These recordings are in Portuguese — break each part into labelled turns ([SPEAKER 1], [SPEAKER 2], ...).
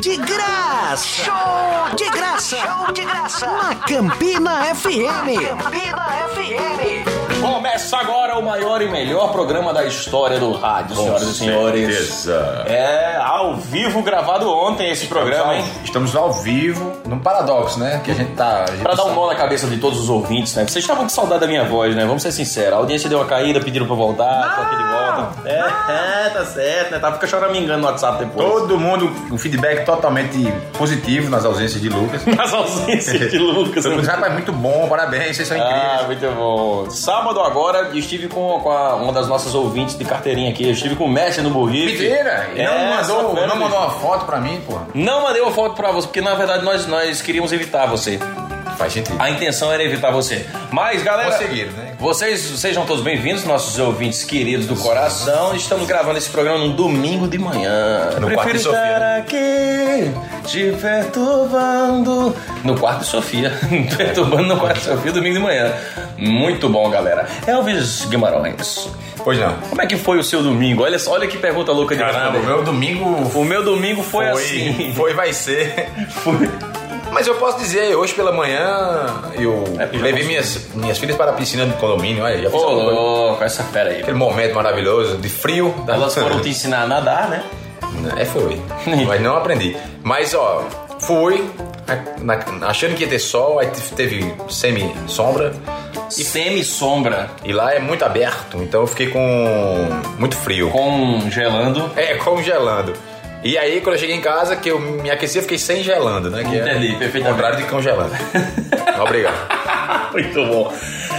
[SPEAKER 1] de graça! Show de graça! Show de graça! Na Campina FM! Campina FM!
[SPEAKER 2] Começa agora o maior e melhor programa da história do rádio, senhoras e senhores.
[SPEAKER 3] Certeza.
[SPEAKER 2] É ao vivo gravado ontem esse programa, hein?
[SPEAKER 3] Estamos ao vivo, num paradoxo, né? Que a gente tá. a gente
[SPEAKER 2] Pra dar um
[SPEAKER 3] sabe-
[SPEAKER 2] nó na cabeça de todos os ouvintes, né? Vocês estavam com saudade da minha voz, né? Vamos ser sinceros. A audiência deu uma caída, pediram pra voltar, tô aqui de volta. É, é, tá certo, né? Tá, fica choramingando no WhatsApp depois.
[SPEAKER 3] Todo mundo, um feedback totalmente positivo nas ausências de Lucas.
[SPEAKER 2] Nas ausências de Lucas. né?
[SPEAKER 3] Todo mundo, Rapaz, é muito bom, parabéns, vocês são
[SPEAKER 2] Ah,
[SPEAKER 3] incríveis.
[SPEAKER 2] muito bom. Sábado agora estive com, com a- uma das nossas ouvintes de carteirinha aqui. Eu estive com o Mestre no Burrife.
[SPEAKER 3] Mentira! E
[SPEAKER 2] É,
[SPEAKER 3] não
[SPEAKER 2] só
[SPEAKER 3] mandou,
[SPEAKER 2] foi,
[SPEAKER 3] não
[SPEAKER 2] bicho.
[SPEAKER 3] mandou uma foto pra mim, pô.
[SPEAKER 2] Não mandei uma foto pra você, porque na verdade nós, nós queríamos evitar você.
[SPEAKER 3] Faz sentido.
[SPEAKER 2] A intenção era evitar você. Mas, galera,
[SPEAKER 3] Conseguiram, né?
[SPEAKER 2] vocês sejam todos bem-vindos, nossos ouvintes queridos do coração. Estamos gravando esse programa num domingo de manhã.
[SPEAKER 3] No quarto de Sofia. né?
[SPEAKER 2] estar aqui te perturbando. No quarto de Sofia. perturbando no quarto de Sofia, domingo de manhã. Muito bom, galera. Elvis Guimarães,
[SPEAKER 3] Pois não.
[SPEAKER 2] como é que foi o seu domingo? Olha, só- olha que pergunta louca de
[SPEAKER 3] Caramba, o
[SPEAKER 2] responder.
[SPEAKER 3] meu domingo
[SPEAKER 2] O meu domingo foi, assim.
[SPEAKER 3] Foi, vai ser. Mas eu posso dizer, hoje pela manhã eu
[SPEAKER 2] É, porque já
[SPEAKER 3] levei
[SPEAKER 2] passou.
[SPEAKER 3] minhas, minhas filhas para a piscina do condomínio, olha, já
[SPEAKER 2] Ô,
[SPEAKER 3] fiz alguma coisa.
[SPEAKER 2] louco, essa fera aí.
[SPEAKER 3] aquele momento maravilhoso de frio. Da
[SPEAKER 2] Elas foram te ensinar a nadar, né?
[SPEAKER 3] É, foi. Mas não aprendi. Mas, ó, fui a- na- achando que ia ter sol, aí te- teve semi-sombra.
[SPEAKER 2] E semi-sombra.
[SPEAKER 3] E lá é muito aberto, então eu fiquei com muito frio.
[SPEAKER 2] congelando.
[SPEAKER 3] É, congelando. E aí, quando eu cheguei em casa, que eu me aqueci, eu fiquei sem gelando, né? Que é
[SPEAKER 2] Entendi,
[SPEAKER 3] o
[SPEAKER 2] perfeitamente.
[SPEAKER 3] contrário de congelando. Obrigado.
[SPEAKER 2] Ah, Muito bom.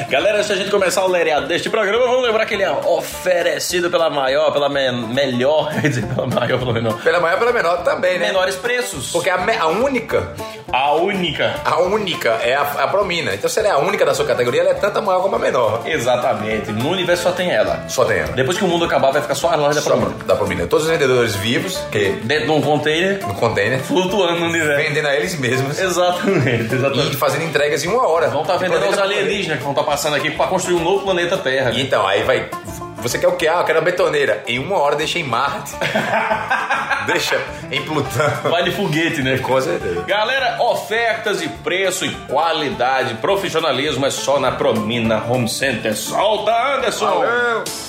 [SPEAKER 2] Galera, antes da gente começar o lereado deste programa, vamos lembrar que ele é oferecido pela maior, pela me- melhor, quer dizer, pela maior, pelo menor.
[SPEAKER 3] Pela maior, pela menor também, né?
[SPEAKER 2] Menores preços.
[SPEAKER 3] Porque a, me- a única,
[SPEAKER 2] A única.
[SPEAKER 3] a única é a, a promina. Então, se ela é a única da sua categoria, ela é tanto a maior como a menor.
[SPEAKER 2] Exatamente. No universo só tem ela.
[SPEAKER 3] Só tem ela.
[SPEAKER 2] Depois que o mundo acabar, vai ficar só a loja da
[SPEAKER 3] Só
[SPEAKER 2] Promina.
[SPEAKER 3] da promina. Todos os vendedores vivos, que
[SPEAKER 2] Dentro de um container,
[SPEAKER 3] no container,
[SPEAKER 2] flutuando no universo.
[SPEAKER 3] vendendo a eles mesmos
[SPEAKER 2] Exatamente,
[SPEAKER 3] e
[SPEAKER 2] exatamente.
[SPEAKER 3] fazendo entregas em uma hora.
[SPEAKER 2] Vão estar tá vendendo aos
[SPEAKER 3] Planeta por
[SPEAKER 2] alienígenas que vão estar passando aqui pra construir um novo planeta Terra.
[SPEAKER 3] planeta. E Então, aí vai. Você quer o quê? Ah, eu quero a betoneira. Em uma hora deixa em Marte. deixa em Plutão.
[SPEAKER 2] Vai de foguete, né?
[SPEAKER 3] Com certeza.
[SPEAKER 2] Galera, ofertas e preço e qualidade, profissionalismo é só na Promina Home Center. Solta, Anderson!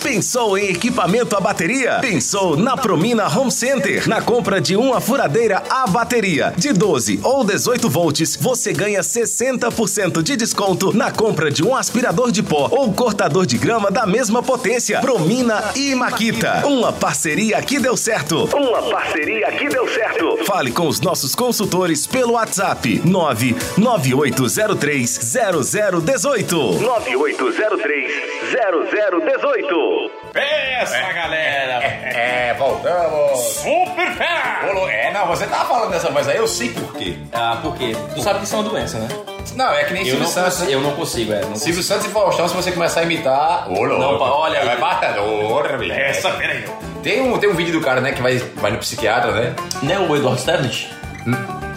[SPEAKER 4] Pensou em equipamento à bateria? Pensou na Promina Home Center. Na compra de uma furadeira à bateria de 12 ou 18 volts, você ganha 60% de desconto na compra de um aspirador de pó ou cortador de grama da mesma potência. Promina e Maquita. Uma parceria que deu certo.
[SPEAKER 5] Uma parceria que deu certo.
[SPEAKER 4] Fale com os nossos consultores pelo WhatsApp 998030018.
[SPEAKER 5] 98030018.
[SPEAKER 2] Peça, galera!
[SPEAKER 3] É, voltamos.
[SPEAKER 2] Super fera!
[SPEAKER 3] Ô, É, não, você tá falando dessa voz aí, eu sei por quê.
[SPEAKER 2] Ah, por quê? Tu sabe que isso é uma doença, né?
[SPEAKER 3] Não, é que nem
[SPEAKER 2] Eu
[SPEAKER 3] Silvio
[SPEAKER 2] não,
[SPEAKER 3] Santos.
[SPEAKER 2] cons- eu não consigo, é. Não
[SPEAKER 3] Silvio Santos e Faustão, se você começar a imitar. Ô, louco.
[SPEAKER 2] Não, pa- olha aí.
[SPEAKER 3] vai matar. Ô, bicho.
[SPEAKER 2] fera aí.
[SPEAKER 3] Tem um, tem um vídeo do cara, né, que vai, vai no psiquiatra, né?
[SPEAKER 2] Não é o Eduardo Sterblitch?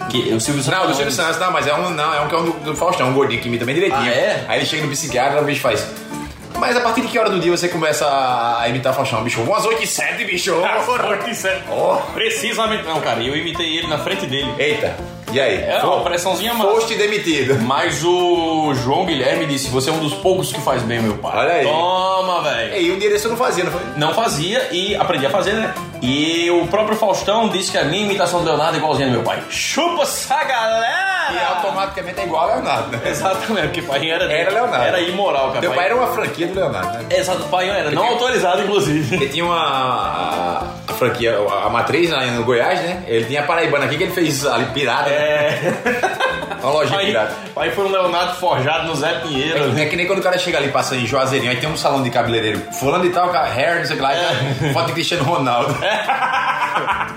[SPEAKER 2] Que Hum? é o Silvio Santos.
[SPEAKER 3] Não, do Silvio Santos, não, mas é um, não, é um que é um do, do Faustão, um gordinho que imita bem direitinho.
[SPEAKER 2] Ah, é?
[SPEAKER 3] Aí ele chega no psiquiatra, o bicho faz. Mas a partir de que hora do dia você começa a imitar Faustão, bicho? Umas 8 e 7, bicho!
[SPEAKER 2] Ah,
[SPEAKER 3] Oh.
[SPEAKER 2] Precisamente. Não, cara, eu imitei ele na frente dele.
[SPEAKER 3] Eita, e aí?
[SPEAKER 2] É uma pressãozinha massa.
[SPEAKER 3] Foste demitido.
[SPEAKER 2] Mas o João Guilherme disse: Você é um dos poucos que faz bem, meu pai.
[SPEAKER 3] Olha aí.
[SPEAKER 2] Toma, velho.
[SPEAKER 3] E aí, um dia desse eu não fazia, não foi?
[SPEAKER 2] Não fazia e aprendi a fazer, né? E o próprio Faustão disse que a minha imitação do Leonardo é igualzinha do meu pai. Chupa essa galera!
[SPEAKER 3] E automaticamente é igual a Leonardo, né?
[SPEAKER 2] Exatamente, porque pai era.
[SPEAKER 3] Era Leonardo.
[SPEAKER 2] Era imoral, cara.
[SPEAKER 3] Teu pai era uma franquia do Leonardo, né?
[SPEAKER 2] Exato, pai era não autorizado, inclusive.
[SPEAKER 3] Ele tinha uma. A, a franquia, a, a matriz lá no Goiás, né? Ele tinha a Paraibana aqui que ele fez ali pirata, né? Uma lojinha
[SPEAKER 2] Pai,
[SPEAKER 3] pirata.
[SPEAKER 2] pai foi um Leonardo forjado no Zé Pinheiro. né?
[SPEAKER 3] É que nem quando o cara chega ali, passa em Juazeirinho, aí tem um salão de cabeleireiro, fulano de tal, cara, hair, não sei o que lá, e tá foto de Cristiano Ronaldo.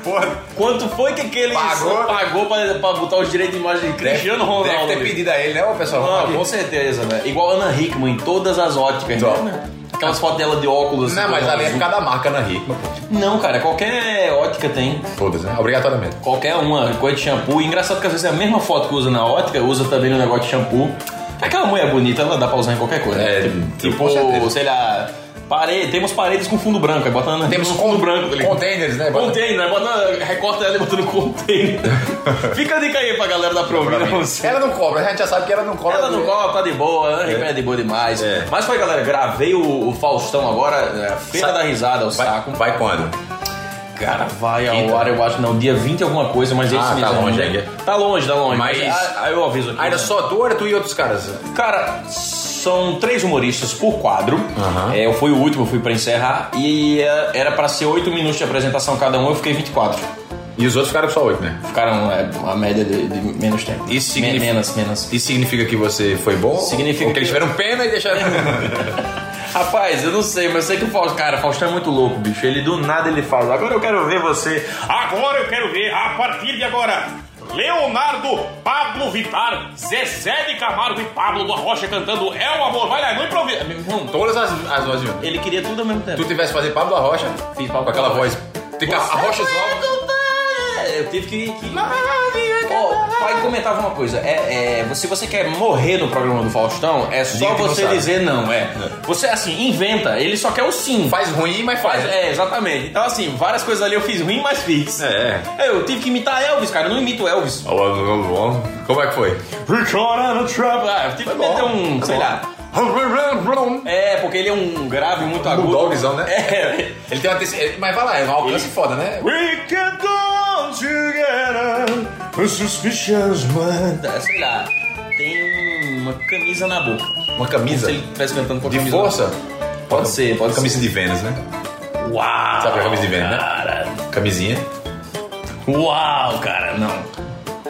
[SPEAKER 3] Porra,
[SPEAKER 2] Quanto foi que aquele
[SPEAKER 3] Pagou, né?
[SPEAKER 2] pagou pra, pra botar os direitos de imagem de Cristiano Ronaldo?
[SPEAKER 3] Deve ter
[SPEAKER 2] bicho?
[SPEAKER 3] pedido a ele, né, ô pessoal?
[SPEAKER 2] Não,
[SPEAKER 3] Aqui.
[SPEAKER 2] com certeza, velho. Igual a Ana Hickman em todas as óticas,
[SPEAKER 3] Igual.
[SPEAKER 2] né? Aquelas fotos dela de óculos.
[SPEAKER 3] Não,
[SPEAKER 2] assim,
[SPEAKER 3] mas
[SPEAKER 2] com
[SPEAKER 3] ali é
[SPEAKER 2] óculos.
[SPEAKER 3] por causa da marca na Rickman, pô.
[SPEAKER 2] Não, cara, qualquer ótica tem.
[SPEAKER 3] Todas, né? Obrigatoriamente.
[SPEAKER 2] Qualquer uma, coisa de shampoo. E engraçado que às vezes é a mesma foto que usa na ótica, usa também no negócio de shampoo. Aquela mulher bonita, ela dá pra usar em qualquer coisa.
[SPEAKER 3] É,
[SPEAKER 2] né?
[SPEAKER 3] com certeza.
[SPEAKER 2] tipo, sei lá,
[SPEAKER 6] Parede, temos paredes com fundo branco, é botando
[SPEAKER 3] Temos
[SPEAKER 6] no fundo
[SPEAKER 3] con-
[SPEAKER 6] branco ali.
[SPEAKER 3] containers, né? Bota-
[SPEAKER 6] Container, bota, recorta ela e botando container. Fica a dica aí pra galera da Provina.
[SPEAKER 3] Ela não cobra, a gente já sabe que ela não cobra.
[SPEAKER 6] Ela não cola, tá de boa, né? é de boa demais.
[SPEAKER 3] É.
[SPEAKER 6] Mas foi, galera, gravei o, o Faustão agora, é, feira
[SPEAKER 3] Sa-
[SPEAKER 6] da risada, o
[SPEAKER 3] Vai,
[SPEAKER 6] saco.
[SPEAKER 3] vai quando?
[SPEAKER 6] Cara, vai
[SPEAKER 3] Quinta.
[SPEAKER 6] ao ar, eu acho, não, dia 20 alguma coisa, mas esse
[SPEAKER 3] Ah,
[SPEAKER 6] mês
[SPEAKER 3] tá
[SPEAKER 6] eu não
[SPEAKER 3] longe
[SPEAKER 6] lembro.
[SPEAKER 3] ainda.
[SPEAKER 6] Tá longe, tá longe.
[SPEAKER 3] Mas-
[SPEAKER 6] ah, eu aviso aqui.
[SPEAKER 3] Ah, era
[SPEAKER 6] né?
[SPEAKER 3] só tu, era tu e outros caras.
[SPEAKER 6] Cara, são três humoristas por quadro.
[SPEAKER 3] Aham.
[SPEAKER 6] É, eu fui o último, fui pra encerrar. E é, era pra ser 8 minutos de apresentação cada um, eu fiquei 24.
[SPEAKER 3] E os outros ficaram com só oito, né?
[SPEAKER 6] Ficaram é, a média de, de menos tempo.
[SPEAKER 3] Isso
[SPEAKER 6] Me-
[SPEAKER 3] significa-
[SPEAKER 6] Menos, menos.
[SPEAKER 3] Isso significa que você foi bom?
[SPEAKER 6] Significa
[SPEAKER 3] Ou que
[SPEAKER 6] que-
[SPEAKER 3] eles tiveram pena e deixaram.
[SPEAKER 6] Rapaz, eu não sei, mas eu sei que o Faustão. Cara, o Faustão é muito louco, bicho. Ele do nada ele faz. Agora eu quero ver você. ah,
[SPEAKER 2] Agora eu quero ver, a partir de agora, Leonardo, Pablo Vittar, Zezé de Camargo e Pablo da Rocha cantando É o Amor. Vai lá, não improvisa.
[SPEAKER 6] Meu irmão,
[SPEAKER 3] Todas as, as vozes.
[SPEAKER 6] Ele queria tudo ao mesmo tempo.
[SPEAKER 3] Tu tivesse fazer Pablo da Rocha,
[SPEAKER 6] Fiz Pablo
[SPEAKER 3] com aquela
[SPEAKER 6] da
[SPEAKER 3] voz.
[SPEAKER 6] Rocha.
[SPEAKER 3] Fica a Rocha
[SPEAKER 6] é.
[SPEAKER 3] só.
[SPEAKER 6] Eu tive que. que... Ó, pai comentava uma coisa. É, é, se você quer morrer no programa do Faustão, é
[SPEAKER 3] Diga
[SPEAKER 6] só
[SPEAKER 3] que não
[SPEAKER 6] você
[SPEAKER 3] sabe.
[SPEAKER 6] dizer não. É.
[SPEAKER 3] É.
[SPEAKER 6] Você, assim, inventa. Ele só quer o sim.
[SPEAKER 3] Faz ruim, mas faz.
[SPEAKER 6] Faz- É, exatamente. Então, assim, várias coisas ali eu fiz ruim, mas fiz.
[SPEAKER 3] É.
[SPEAKER 6] Eu tive que imitar Elvis, cara. Eu não imito Elvis.
[SPEAKER 3] Como é que foi?
[SPEAKER 6] We're caught in a trap. Ah, eu tive que meter um, sei lá. É, porque ele é um grave muito agudo.
[SPEAKER 3] Bulldogzão, né?
[SPEAKER 6] É.
[SPEAKER 3] Ele tem uma terceira. Mas vai lá, é um alcance foda, né?
[SPEAKER 6] We can go on together. A suspicious mind. Ah, Sei lá. Tem uma camisa na boca.
[SPEAKER 3] Uma camisa.
[SPEAKER 6] Se ele estivesse cantando com a
[SPEAKER 3] De
[SPEAKER 6] camisa.
[SPEAKER 3] força?
[SPEAKER 6] Pode ser, pode
[SPEAKER 3] Camisa
[SPEAKER 6] ser.
[SPEAKER 3] de Vênus, né?
[SPEAKER 6] Uau!
[SPEAKER 3] Sabe a camisa de Vênus, né?
[SPEAKER 6] Cara.
[SPEAKER 3] Camisinha.
[SPEAKER 6] Uau, cara, não.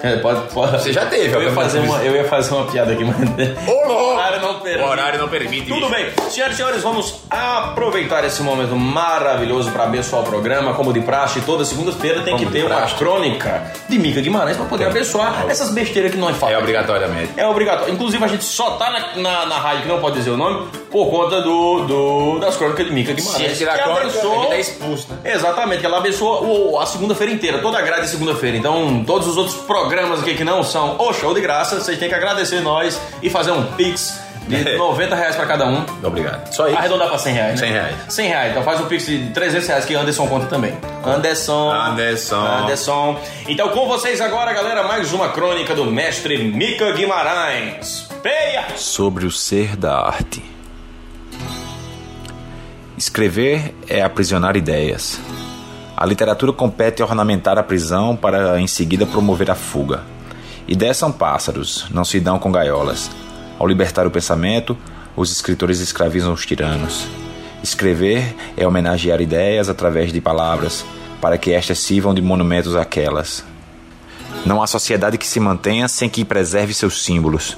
[SPEAKER 6] É, pode, pode.
[SPEAKER 3] Você já teve,
[SPEAKER 6] eu ia,
[SPEAKER 3] alguma
[SPEAKER 6] fazer
[SPEAKER 3] coisa.
[SPEAKER 6] uma, eu ia fazer uma piada aqui, mas.
[SPEAKER 3] Ô,
[SPEAKER 6] O
[SPEAKER 3] louco!
[SPEAKER 6] horário não permite.
[SPEAKER 3] O horário não permite.
[SPEAKER 6] Tudo
[SPEAKER 3] bicho.
[SPEAKER 6] bem, senhoras e senhores, vamos aproveitar esse momento maravilhoso para abençoar o programa. Como de praxe, toda segunda-feira tem
[SPEAKER 3] Como
[SPEAKER 6] que
[SPEAKER 3] de
[SPEAKER 6] ter uma
[SPEAKER 3] praxe.
[SPEAKER 6] crônica de Mica Guimarães para poder abençoar essas besteiras que nós
[SPEAKER 3] É
[SPEAKER 6] falamos.
[SPEAKER 3] obrigatoriamente.
[SPEAKER 6] É obrigatório. Inclusive, a gente só tá na, na, na rádio que não pode dizer o nome por conta do, do- das crônicas de Mica Guimarães.
[SPEAKER 3] Se ele tirar
[SPEAKER 6] que
[SPEAKER 3] a crônica,
[SPEAKER 6] abençoa-
[SPEAKER 3] ele tá expulso, né?
[SPEAKER 6] Exatamente, que ela abençoa o- a segunda-feira inteira, toda a grade de segunda-feira. Então, todos os outros programas aqui que não são o show de graça, vocês têm que agradecer nós e fazer um pix de
[SPEAKER 3] É.
[SPEAKER 6] 90 reais pra cada um.
[SPEAKER 3] Obrigado. Só isso.
[SPEAKER 6] Arredondar pra 100 reais, né?
[SPEAKER 3] 100 reais.
[SPEAKER 6] 100 reais. Então faz um pix de 300 reais que Anderson conta também. Anderson.
[SPEAKER 3] Anderson.
[SPEAKER 6] Anderson. Então com vocês agora, galera, mais uma crônica do mestre Mica Guimarães. Peia!
[SPEAKER 7] sobre o ser da arte. Escrever é aprisionar ideias. A literatura compete ornamentar a prisão para em seguida promover a fuga. Ideias são pássaros, não se dão com gaiolas. Ao libertar o pensamento, os escritores escravizam os tiranos. Escrever é homenagear ideias através de palavras, para que estas sirvam de monumentos àquelas. Não há sociedade que se mantenha sem que preserve seus símbolos.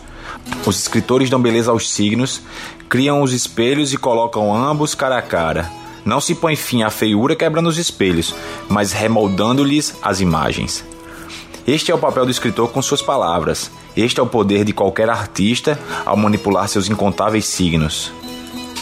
[SPEAKER 7] Os escritores dão beleza aos signos, criam os espelhos e colocam ambos cara a cara. Não se põe fim à feiura quebrando os espelhos, mas remoldando-lhes as imagens. Este é o papel do escritor com suas palavras. Este é o poder de qualquer artista ao manipular seus incontáveis signos.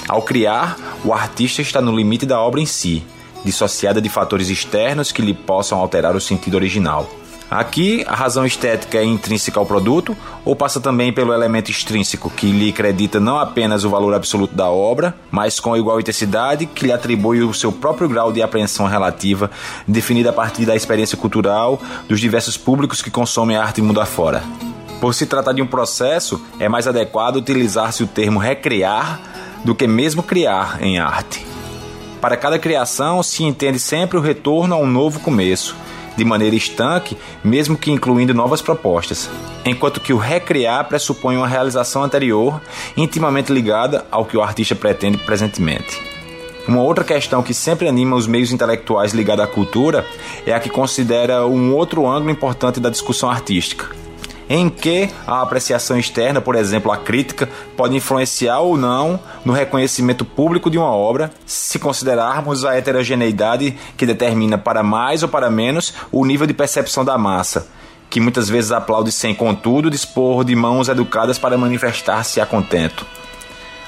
[SPEAKER 7] Ao criar, o artista está no limite da obra em si, dissociada de fatores externos que lhe possam alterar o sentido original. Aqui, a razão estética é intrínseca ao produto ou passa também pelo elemento extrínseco, que lhe acredita não apenas o valor absoluto da obra, mas com igual intensidade que lhe atribui o seu próprio grau de apreensão relativa, definida a partir da experiência cultural dos diversos públicos que consomem a arte mundo afora. Por se tratar de um processo, é mais adequado utilizar-se o termo recriar do que mesmo criar em arte. Para cada criação se entende sempre o retorno a um novo começo, de maneira estanque, mesmo que incluindo novas propostas, enquanto que o recriar pressupõe uma realização anterior, intimamente ligada ao que o artista pretende presentemente. Uma outra questão que sempre anima os meios intelectuais ligados à cultura é a que considera um outro ângulo importante da discussão artística em que a apreciação externa, por exemplo, a crítica, pode influenciar ou não no reconhecimento público de uma obra, se considerarmos a heterogeneidade que determina para mais ou para menos o nível de percepção da massa, que muitas vezes aplaude sem, contudo, dispor de mãos educadas para manifestar-se a contento.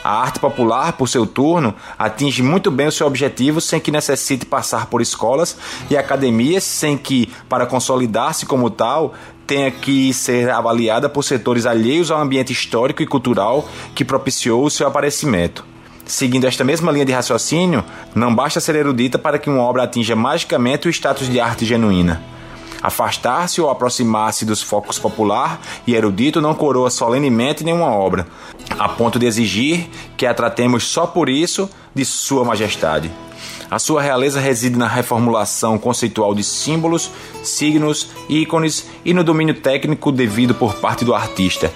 [SPEAKER 7] A arte popular, por seu turno, atinge muito bem o seu objetivo sem que necessite passar por escolas e academias, sem que, para consolidar-se como tal, tenha que ser avaliada por setores alheios ao ambiente histórico e cultural que propiciou o seu aparecimento. Seguindo esta mesma linha de raciocínio, não basta ser erudita para que uma obra atinja magicamente o status de arte genuína. Afastar-se ou aproximar-se dos focos popular e erudito não coroa solenemente nenhuma obra, a ponto de exigir que a tratemos só por isso de Sua Majestade. A sua realeza reside na reformulação conceitual de símbolos, signos, ícones e no domínio técnico devido por parte do artista,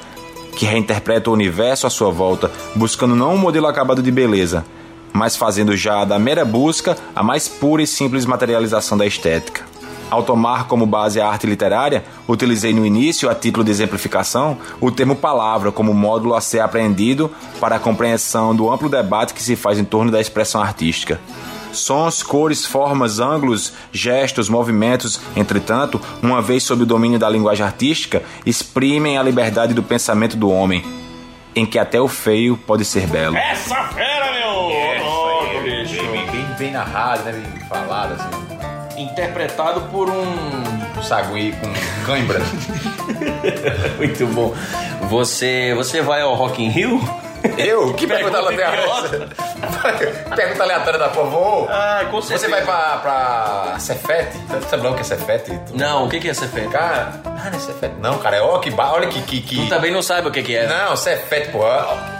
[SPEAKER 7] que reinterpreta o universo à sua volta, buscando não um modelo acabado de beleza, mas fazendo já da mera busca a mais pura e simples materialização da estética. Ao tomar como base a arte literária, utilizei no início, a título de exemplificação, o termo palavra como módulo a ser apreendido para a compreensão do amplo debate que se faz em torno da expressão artística. Sons, cores, formas, ângulos, gestos, movimentos, entretanto, uma vez sob o domínio da linguagem artística, exprimem a liberdade do pensamento do homem, em que até o feio pode ser belo.
[SPEAKER 2] Essa fera, meu!
[SPEAKER 6] é
[SPEAKER 2] Louco, bicho.
[SPEAKER 3] Bem, bem, bem narrado, né? Bem falado, assim.
[SPEAKER 6] Interpretado por um
[SPEAKER 3] Um sagui com cãibra.
[SPEAKER 6] Muito bom. Você, você vai ao Rock in Rio?
[SPEAKER 3] Eu? Que pergunta
[SPEAKER 6] Pergunta
[SPEAKER 3] aleatória é essa? Pergunta aleatória da povo.
[SPEAKER 6] Ah, com
[SPEAKER 3] Você é. vai pra, pra Cefete? Sabe lá o que é Cefete?
[SPEAKER 6] Não, o que que é Cefete?
[SPEAKER 3] Cara, ah, não é Cefete não, cara. É ó, que ba... Olha que... que, que...
[SPEAKER 6] Tu também não sabe o que que é.
[SPEAKER 3] Não, Cefete, porra.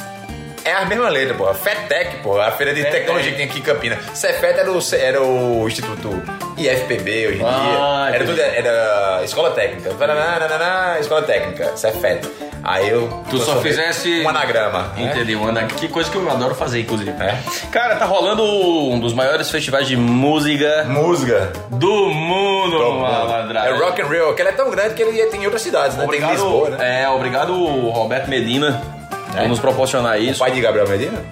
[SPEAKER 3] É a mesma letra, porra. FETEC, porra. A feira de
[SPEAKER 6] Fetec.
[SPEAKER 3] tecnologia que tem aqui em Campinas. Cefete era o, era o instituto IFPB hoje em
[SPEAKER 6] Ah,
[SPEAKER 3] dia. Era tudo...
[SPEAKER 6] entendi.
[SPEAKER 3] Era escola técnica. Paraná, escola técnica. Cefete. Aí eu...
[SPEAKER 6] Tu só
[SPEAKER 3] transformei.
[SPEAKER 6] fizesse-
[SPEAKER 3] Um anagrama. né?
[SPEAKER 6] Entendi, Ana. Que coisa que eu adoro fazer, inclusive.
[SPEAKER 3] É.
[SPEAKER 6] Cara, tá rolando um dos maiores festivais de música
[SPEAKER 3] Música.
[SPEAKER 6] do mundo, malandragem.
[SPEAKER 3] É Rock and Roll, que ele é tão grande que ele tem em outras cidades, né?
[SPEAKER 6] Obrigado,
[SPEAKER 3] tem em Lisboa, né?
[SPEAKER 6] É, obrigado Roberto Medina por nos proporcionar isso.
[SPEAKER 3] Pai de Gabriel Medina?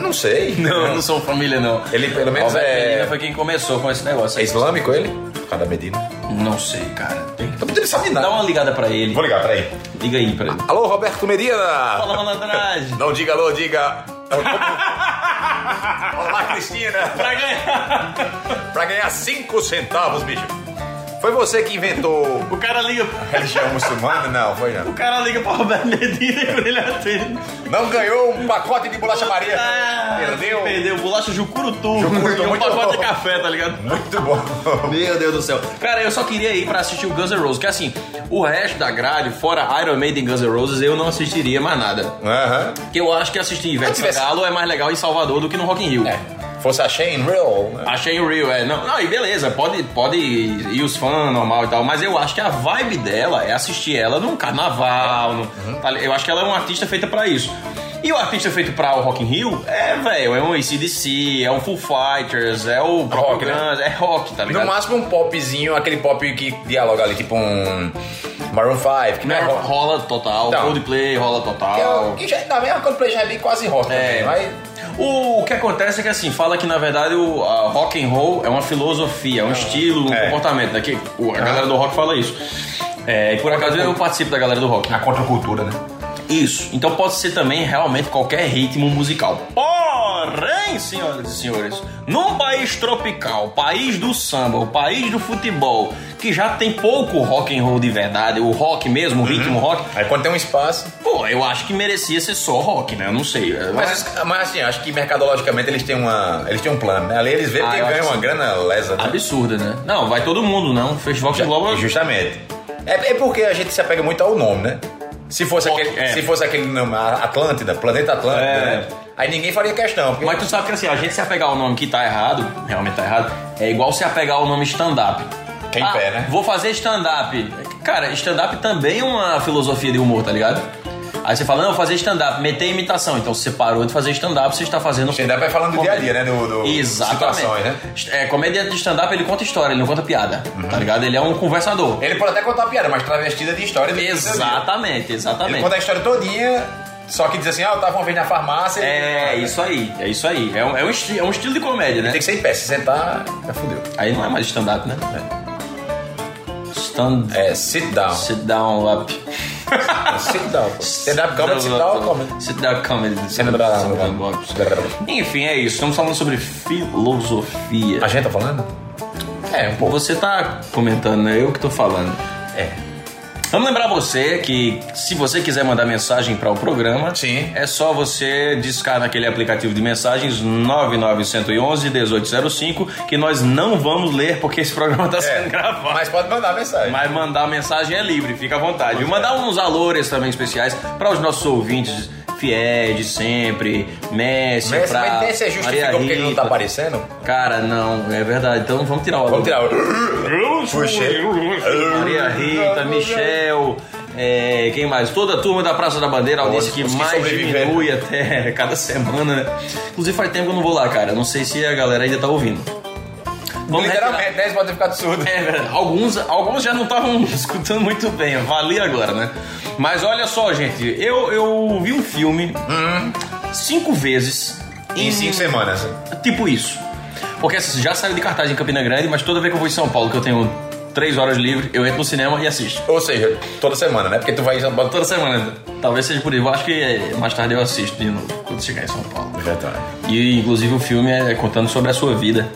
[SPEAKER 3] não sei.
[SPEAKER 6] Não, eu não sou família, não.
[SPEAKER 3] Ele, pelo menos,
[SPEAKER 6] Roberto
[SPEAKER 3] é-
[SPEAKER 6] Medina foi quem começou com esse negócio
[SPEAKER 3] É
[SPEAKER 6] aí.
[SPEAKER 3] islâmico ele? Cada Medina.
[SPEAKER 6] Não sei, cara. Tem que...
[SPEAKER 3] Então ele sabe
[SPEAKER 6] Dá
[SPEAKER 3] nada.
[SPEAKER 6] uma ligada pra ele.
[SPEAKER 3] Vou ligar, peraí.
[SPEAKER 6] Liga aí pra ele.
[SPEAKER 3] Alô, Roberto Medina!
[SPEAKER 6] Fala, malandragem.
[SPEAKER 3] Não diga alô, diga. Olá, Cristina!
[SPEAKER 6] pra ganhar.
[SPEAKER 3] Pra ganhar 5 centavos, bicho. Foi você que inventou
[SPEAKER 6] O cara liga,
[SPEAKER 3] religião muçulmana? é um Não, foi não.
[SPEAKER 6] o cara liga pra Roberto Medina e quando ele atende.
[SPEAKER 3] Não ganhou um pacote de bolacha Maria.
[SPEAKER 6] Ah,
[SPEAKER 3] Perdeu.
[SPEAKER 6] Perdeu, bolacha Jucurutu.
[SPEAKER 3] Jucurutu,
[SPEAKER 6] e um
[SPEAKER 3] muito
[SPEAKER 6] pacote
[SPEAKER 3] bom.
[SPEAKER 6] de café, tá ligado?
[SPEAKER 3] Muito bom.
[SPEAKER 6] Meu Deus do céu. Cara, eu só queria ir pra assistir o Guns N' Roses, que assim, o resto da grade, fora Iron Maiden e Guns N' Roses, eu não assistiria mais nada.
[SPEAKER 3] Aham.
[SPEAKER 6] Porque eu acho que assistir Ivete
[SPEAKER 3] tivesse-
[SPEAKER 6] Sangalo é mais legal em Salvador do que no Rock in Rio.
[SPEAKER 3] É. Fosse a Shane Real, né?
[SPEAKER 6] Achei o Rio, é. Não, não, e beleza, pode, pode ir ir os fãs normal e tal, mas eu acho que a vibe dela é assistir ela num carnaval. num- tá li- eu acho que ela é uma artista feita pra isso. E o artista feito pra o Rock in Rio é, velho, é um ACDC, é um Full Fighters, é o próprio
[SPEAKER 3] rock, né?
[SPEAKER 6] Guns, é rock, tá
[SPEAKER 3] No
[SPEAKER 6] ligado?
[SPEAKER 3] máximo um popzinho, aquele pop que dialoga ali, tipo um Maroon 5, que não é
[SPEAKER 6] Né?
[SPEAKER 3] rock.
[SPEAKER 6] Rola total,
[SPEAKER 3] Então.
[SPEAKER 6] Coldplay rola
[SPEAKER 3] Que é o-
[SPEAKER 6] total.
[SPEAKER 3] Que já, na mesma Coldplay já é bem quase rock
[SPEAKER 6] É.
[SPEAKER 3] também, mas...
[SPEAKER 6] O, o que acontece é que assim, fala que na verdade o a rock and roll é uma filosofia, é um estilo, um
[SPEAKER 3] É.
[SPEAKER 6] comportamento, né? Que o- a galera do rock fala isso. É, e por acaso eu participo da galera do rock.
[SPEAKER 3] A contracultura, né?
[SPEAKER 6] Isso. Então pode ser também realmente qualquer ritmo musical. Porém, senhoras e senhores, num país tropical, país do samba, o país do futebol, que já tem pouco rock and roll de verdade, o rock mesmo, o ritmo rock,
[SPEAKER 3] Aí quando tem um espaço...
[SPEAKER 6] pô, eu acho que merecia ser só rock, né? Eu não sei. Eu
[SPEAKER 3] Mas, os- mas assim, acho que mercadologicamente eles têm, uma, eles têm um plano, né? Ali eles veem
[SPEAKER 6] Ah,
[SPEAKER 3] que
[SPEAKER 6] eu
[SPEAKER 3] ganha
[SPEAKER 6] acho
[SPEAKER 3] uma
[SPEAKER 6] que
[SPEAKER 3] grana lesa. né?
[SPEAKER 6] absurda, né? Não, vai todo mundo, não. Festival que
[SPEAKER 3] Já-
[SPEAKER 6] engloba.
[SPEAKER 3] Justamente. É, é porque a gente se apega muito ao nome, né? Se fosse,
[SPEAKER 6] Rock,
[SPEAKER 3] aquele,
[SPEAKER 6] é.
[SPEAKER 3] se fosse aquele nome, a- Atlântida, Planeta Atlântida,
[SPEAKER 6] É.
[SPEAKER 3] né? Aí ninguém faria questão. Porque...
[SPEAKER 6] Mas tu sabe que assim, a gente se apegar ao nome que tá errado, realmente tá errado, é igual se apegar ao nome stand-up.
[SPEAKER 3] Quem
[SPEAKER 6] ah,
[SPEAKER 3] pé, né?
[SPEAKER 6] Vou fazer stand-up. Cara, stand-up também é uma filosofia de humor, tá ligado? Aí você fala, não, fazer stand-up, meter imitação. Então você parou de fazer stand-up, você está fazendo.
[SPEAKER 3] Stand-up é falando do dia a dia, né? Do, do
[SPEAKER 6] Exatamente.
[SPEAKER 3] situações, né? Uhum.
[SPEAKER 6] É, comediante de stand-up, ele conta história, ele não conta piada, tá ligado? Ele é um conversador.
[SPEAKER 3] Ele pode até contar piada, mas travestida de história do
[SPEAKER 6] Exatamente,
[SPEAKER 3] seu dia. Ele
[SPEAKER 6] exatamente.
[SPEAKER 3] conta a história todinha, só que diz assim, ah, eu tava uma vez na farmácia.
[SPEAKER 6] É isso aí, é isso aí. É um, é um esti- é um estilo de comédia, né?
[SPEAKER 3] Tem que ser em pé, se sentar, já fudeu.
[SPEAKER 6] Aí não é mais stand-up, né? Stand
[SPEAKER 3] É, sit down.
[SPEAKER 6] sit down up.
[SPEAKER 3] sit down. pô. Stand-up comedy, sit down comedy.
[SPEAKER 6] Sit down comedy.
[SPEAKER 3] Stand up comedy.
[SPEAKER 6] Sit down up. Enfim, é isso. Estamos falando sobre filosofia.
[SPEAKER 3] A gente tá falando? É, um pouco.
[SPEAKER 6] Você tá comentando, né? Eu que tô falando.
[SPEAKER 3] É.
[SPEAKER 6] Vamos lembrar você que se você quiser mandar mensagem para o programa,
[SPEAKER 3] Sim.
[SPEAKER 6] é só você discar naquele É aplicativo de mensagens 9911 1805 que nós não vamos ler porque esse programa
[SPEAKER 3] É.
[SPEAKER 6] está sendo gravado.
[SPEAKER 3] Mas pode mandar mensagem.
[SPEAKER 6] Mas mandar mensagem é livre, fica à vontade. E mandar uns alores também especiais para os nossos ouvintes fiéis de sempre, Messi,
[SPEAKER 3] Mas,
[SPEAKER 6] pra
[SPEAKER 3] mas nem você
[SPEAKER 6] Maria
[SPEAKER 3] justificou porque ele não tá
[SPEAKER 6] Rita.
[SPEAKER 3] aparecendo.
[SPEAKER 6] Cara, não, é verdade. Então vamos tirar o alô.
[SPEAKER 3] Vamos tirar o. Puxei.
[SPEAKER 6] Maria Rita, Michel, é, quem mais? Toda a turma da Praça da Bandeira, a audiência
[SPEAKER 3] Os-
[SPEAKER 6] que
[SPEAKER 3] os que
[SPEAKER 6] mais
[SPEAKER 3] sobreviveram.
[SPEAKER 6] diminui até cada semana, né? Inclusive faz tempo que eu não vou lá, cara. Não sei se a galera ainda tá ouvindo. Vamos
[SPEAKER 3] Literalmente,
[SPEAKER 6] retirar.
[SPEAKER 3] né? Eles podem ficar surdo.
[SPEAKER 6] É, verdade. alguns, alguns já não estavam escutando muito bem, valia agora, né? Mas olha só, gente, eu, eu vi um filme
[SPEAKER 3] Hum.
[SPEAKER 6] cinco vezes
[SPEAKER 3] Em cinco semanas.
[SPEAKER 6] Tipo isso. Porque assim, já saiu de cartaz em Campina Grande, mas toda vez que eu vou em São Paulo, que eu tenho três horas livre, eu entro no cinema e assisto.
[SPEAKER 3] Ou seja, toda semana, né? Porque tu vai.
[SPEAKER 6] Toda semana. Talvez seja por isso. Eu acho que é, mais tarde eu assisto de novo, quando chegar em São Paulo. E inclusive o filme é contando sobre a sua vida.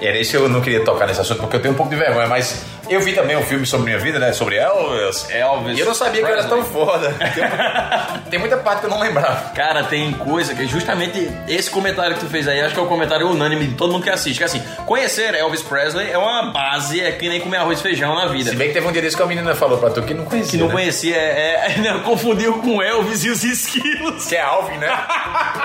[SPEAKER 3] Era isso que eu não queria tocar nesse assunto, porque eu tenho um pouco de vergonha, mas eu vi também um filme sobre minha vida, né? Sobre Elvis.
[SPEAKER 6] Elvis
[SPEAKER 3] E eu não sabia que eu era tão foda. Tem, tem muita parte que eu não lembrava.
[SPEAKER 6] Cara, tem coisa que justamente esse comentário que tu fez aí, acho que é o comentário unânime de todo mundo que assiste. Que assim, conhecer Elvis Presley é uma base, é que nem comer arroz e feijão na vida.
[SPEAKER 3] Se bem que teve um dia desse que a menina falou pra tu que não conhecia.
[SPEAKER 6] Se não
[SPEAKER 3] né?
[SPEAKER 6] conhecia, é, é, não, confundiu com Elvis e os esquilos.
[SPEAKER 3] Que é Alvin, né?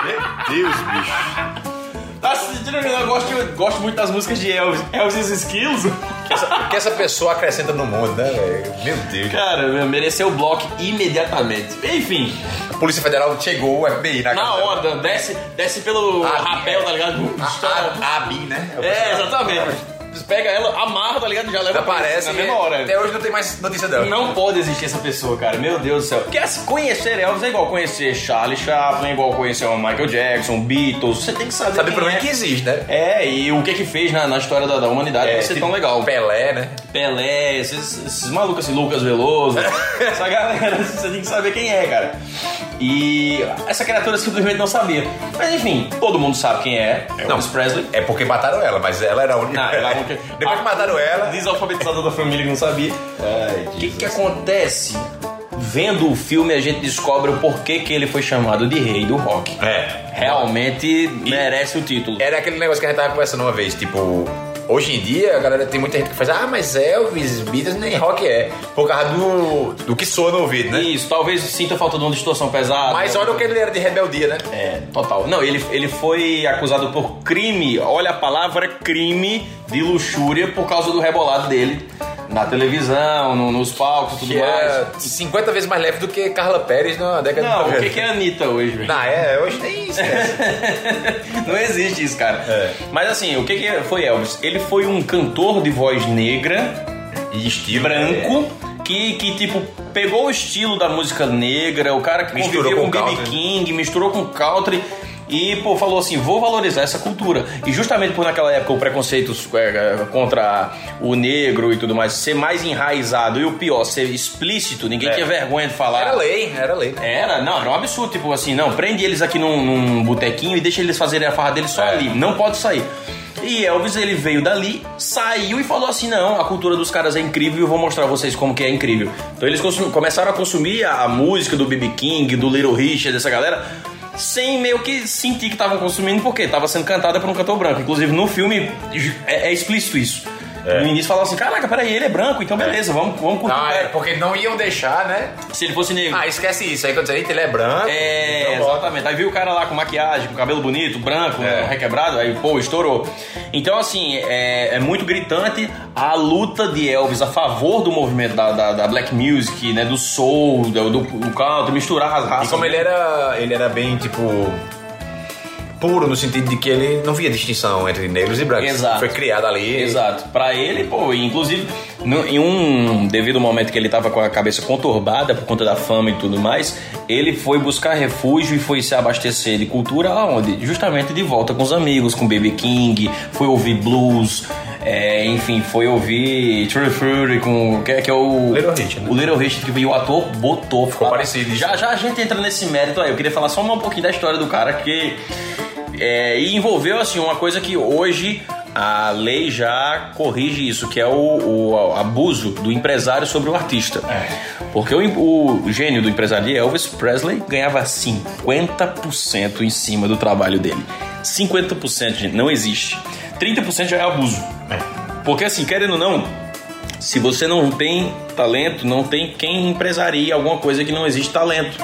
[SPEAKER 3] Meu Deus, bicho.
[SPEAKER 6] Tá sentindo que eu gosto, eu gosto muito das músicas de Elvis. Elvis e os Esquilos.
[SPEAKER 3] O que essa pessoa acrescenta no mundo, né, velho? Meu Deus.
[SPEAKER 6] Cara, meu, mereceu o bloco imediatamente. Tá Enfim,
[SPEAKER 3] A Polícia Federal chegou, o FBI na
[SPEAKER 6] na
[SPEAKER 3] casa-
[SPEAKER 6] onda, desce, desce pelo
[SPEAKER 3] Ah,
[SPEAKER 6] rapel, tá ligado?
[SPEAKER 3] A,
[SPEAKER 6] ah,
[SPEAKER 3] a, a Bi, né?
[SPEAKER 6] É, exatamente. Pega ela, amarra, tá ligado? Já leva pra
[SPEAKER 3] Aparece.
[SPEAKER 6] na mesma hora.
[SPEAKER 3] Até hoje não tem mais notícia dela.
[SPEAKER 6] Não pode existir essa pessoa, cara. Meu Deus do céu. Porque assim, conhecer Elvis é igual conhecer Charlie Chaplin, é igual conhecer o Michael Jackson, Beatles. Você tem que saber
[SPEAKER 3] Sabe
[SPEAKER 6] quem
[SPEAKER 3] pelo menos
[SPEAKER 6] é.
[SPEAKER 3] que existe, né?
[SPEAKER 6] É, e o que que fez na, na história da, da humanidade pra ser
[SPEAKER 3] tipo
[SPEAKER 6] tão legal.
[SPEAKER 3] Pelé, né?
[SPEAKER 6] É, Pelé, esses, esses malucos assim, Lucas Veloso, essa galera, assim, você tem que saber quem é, cara. E essa criatura simplesmente não sabia. Mas enfim, todo mundo sabe quem é, é Elvis Presley.
[SPEAKER 3] É porque mataram ela, mas ela era a única.
[SPEAKER 6] Não, ela é a única-
[SPEAKER 3] Depois que mataram ela.
[SPEAKER 6] Desalfabetizada da família que não sabia. O que, que acontece? Vendo o filme, a gente descobre o porquê que ele foi chamado de rei do rock. Né?
[SPEAKER 3] É.
[SPEAKER 6] Realmente merece o título.
[SPEAKER 3] Era aquele negócio que a gente tava conversando uma vez, tipo. Hoje em dia, a galera tem muita gente que faz, ah, mas Elvis, Beatles, nem rock é. Por causa do, do que soa no ouvido, né?
[SPEAKER 6] É Isso, talvez sinta falta de uma distorção pesada.
[SPEAKER 3] Mas olha o que ele era de rebeldia, né?
[SPEAKER 6] É, total. Não, ele, ele foi acusado por crime, olha a palavra crime de luxúria por causa do rebolado dele na televisão, no- nos palcos e tudo
[SPEAKER 3] Que é
[SPEAKER 6] mais.
[SPEAKER 3] 50 vezes mais leve do que Carla Pérez na década
[SPEAKER 6] Não,
[SPEAKER 3] de
[SPEAKER 6] o
[SPEAKER 3] 90.
[SPEAKER 6] que, que é a Anitta hoje, velho?
[SPEAKER 3] Não, é, hoje tem isso.
[SPEAKER 6] Não existe isso, cara.
[SPEAKER 3] É.
[SPEAKER 6] Mas assim, o que, que foi Elvis? Ele foi um cantor de voz negra,
[SPEAKER 3] E estilo.
[SPEAKER 2] né?
[SPEAKER 6] branco, que, que tipo, pegou o estilo da música negra, o cara que
[SPEAKER 3] Misturou
[SPEAKER 6] conviveu
[SPEAKER 3] com
[SPEAKER 6] com B.B.
[SPEAKER 3] country.
[SPEAKER 6] King, misturou com country. E, pô, falou assim, vou valorizar essa cultura. E justamente por naquela época o preconceito é, contra o negro e tudo mais ser mais enraizado e o pior, ser explícito, ninguém tinha vergonha de falar.
[SPEAKER 3] É. Era lei, era lei.
[SPEAKER 6] Era, não, era um absurdo. Tipo assim, não, prende eles aqui num, num botequinho e deixa eles fazerem a farra deles só
[SPEAKER 3] É.
[SPEAKER 6] ali. Não pode sair. E Elvis, ele veio dali, saiu e falou assim: não, a cultura dos caras é incrível e eu vou mostrar a vocês como que é incrível. Então eles consum- começaram a consumir a, a música do B.B. King, do Little Richard, dessa galera, sem meio que sentir que estavam consumindo, porque estava sendo cantada por um cantor branco. Inclusive no filme ju- é, é explícito isso. No início falava assim: caraca, peraí, ele é branco, então beleza, vamos, vamos curtir.
[SPEAKER 3] É. Ah, é
[SPEAKER 6] cara."
[SPEAKER 3] porque não iam deixar, né?
[SPEAKER 6] Se ele fosse negro.
[SPEAKER 3] Ah, esquece isso. Aí quando você ele é branco.
[SPEAKER 6] É,
[SPEAKER 3] então É. bota.
[SPEAKER 6] exatamente. Aí viu o cara lá com maquiagem, com cabelo bonito, branco, né, requebrado, aí, pô, estourou. Então, assim, é, é muito gritante a luta de Elvis a favor do movimento da, da- da black music, né, do soul, do, do, do canto, misturar as raças.
[SPEAKER 3] E como ele era, ele era bem, tipo. Puro no sentido de que ele não via distinção entre negros e brancos.
[SPEAKER 6] Exato.
[SPEAKER 3] Foi criado ali.
[SPEAKER 6] Exato. Pra ele, pô, e inclusive, no- em um devido momento que ele tava com a cabeça conturbada por conta da fama e tudo mais, ele foi buscar refúgio e foi se abastecer de cultura aonde? Justamente de volta com os amigos, com B.B. King, foi ouvir blues, é, enfim, foi ouvir True Fury com. que é, que é o.
[SPEAKER 3] Little Richard, né?
[SPEAKER 6] O Little Richard, que veio o ator, botou. Ficou
[SPEAKER 3] parecido,
[SPEAKER 6] Já, já a gente entra nesse mérito aí. Eu queria falar só um pouquinho da história do cara, que. É, e envolveu, assim, uma coisa que hoje a lei já corrige isso, que é o, o abuso do empresário sobre o artista. Porque o, o gênio do empresário de Elvis Presley ganhava 50% em cima do trabalho dele. 50%, gente, não existe. 30% já é abuso. Porque assim, querendo ou não, se você não tem talento, não tem quem empresaria alguma coisa que não existe talento.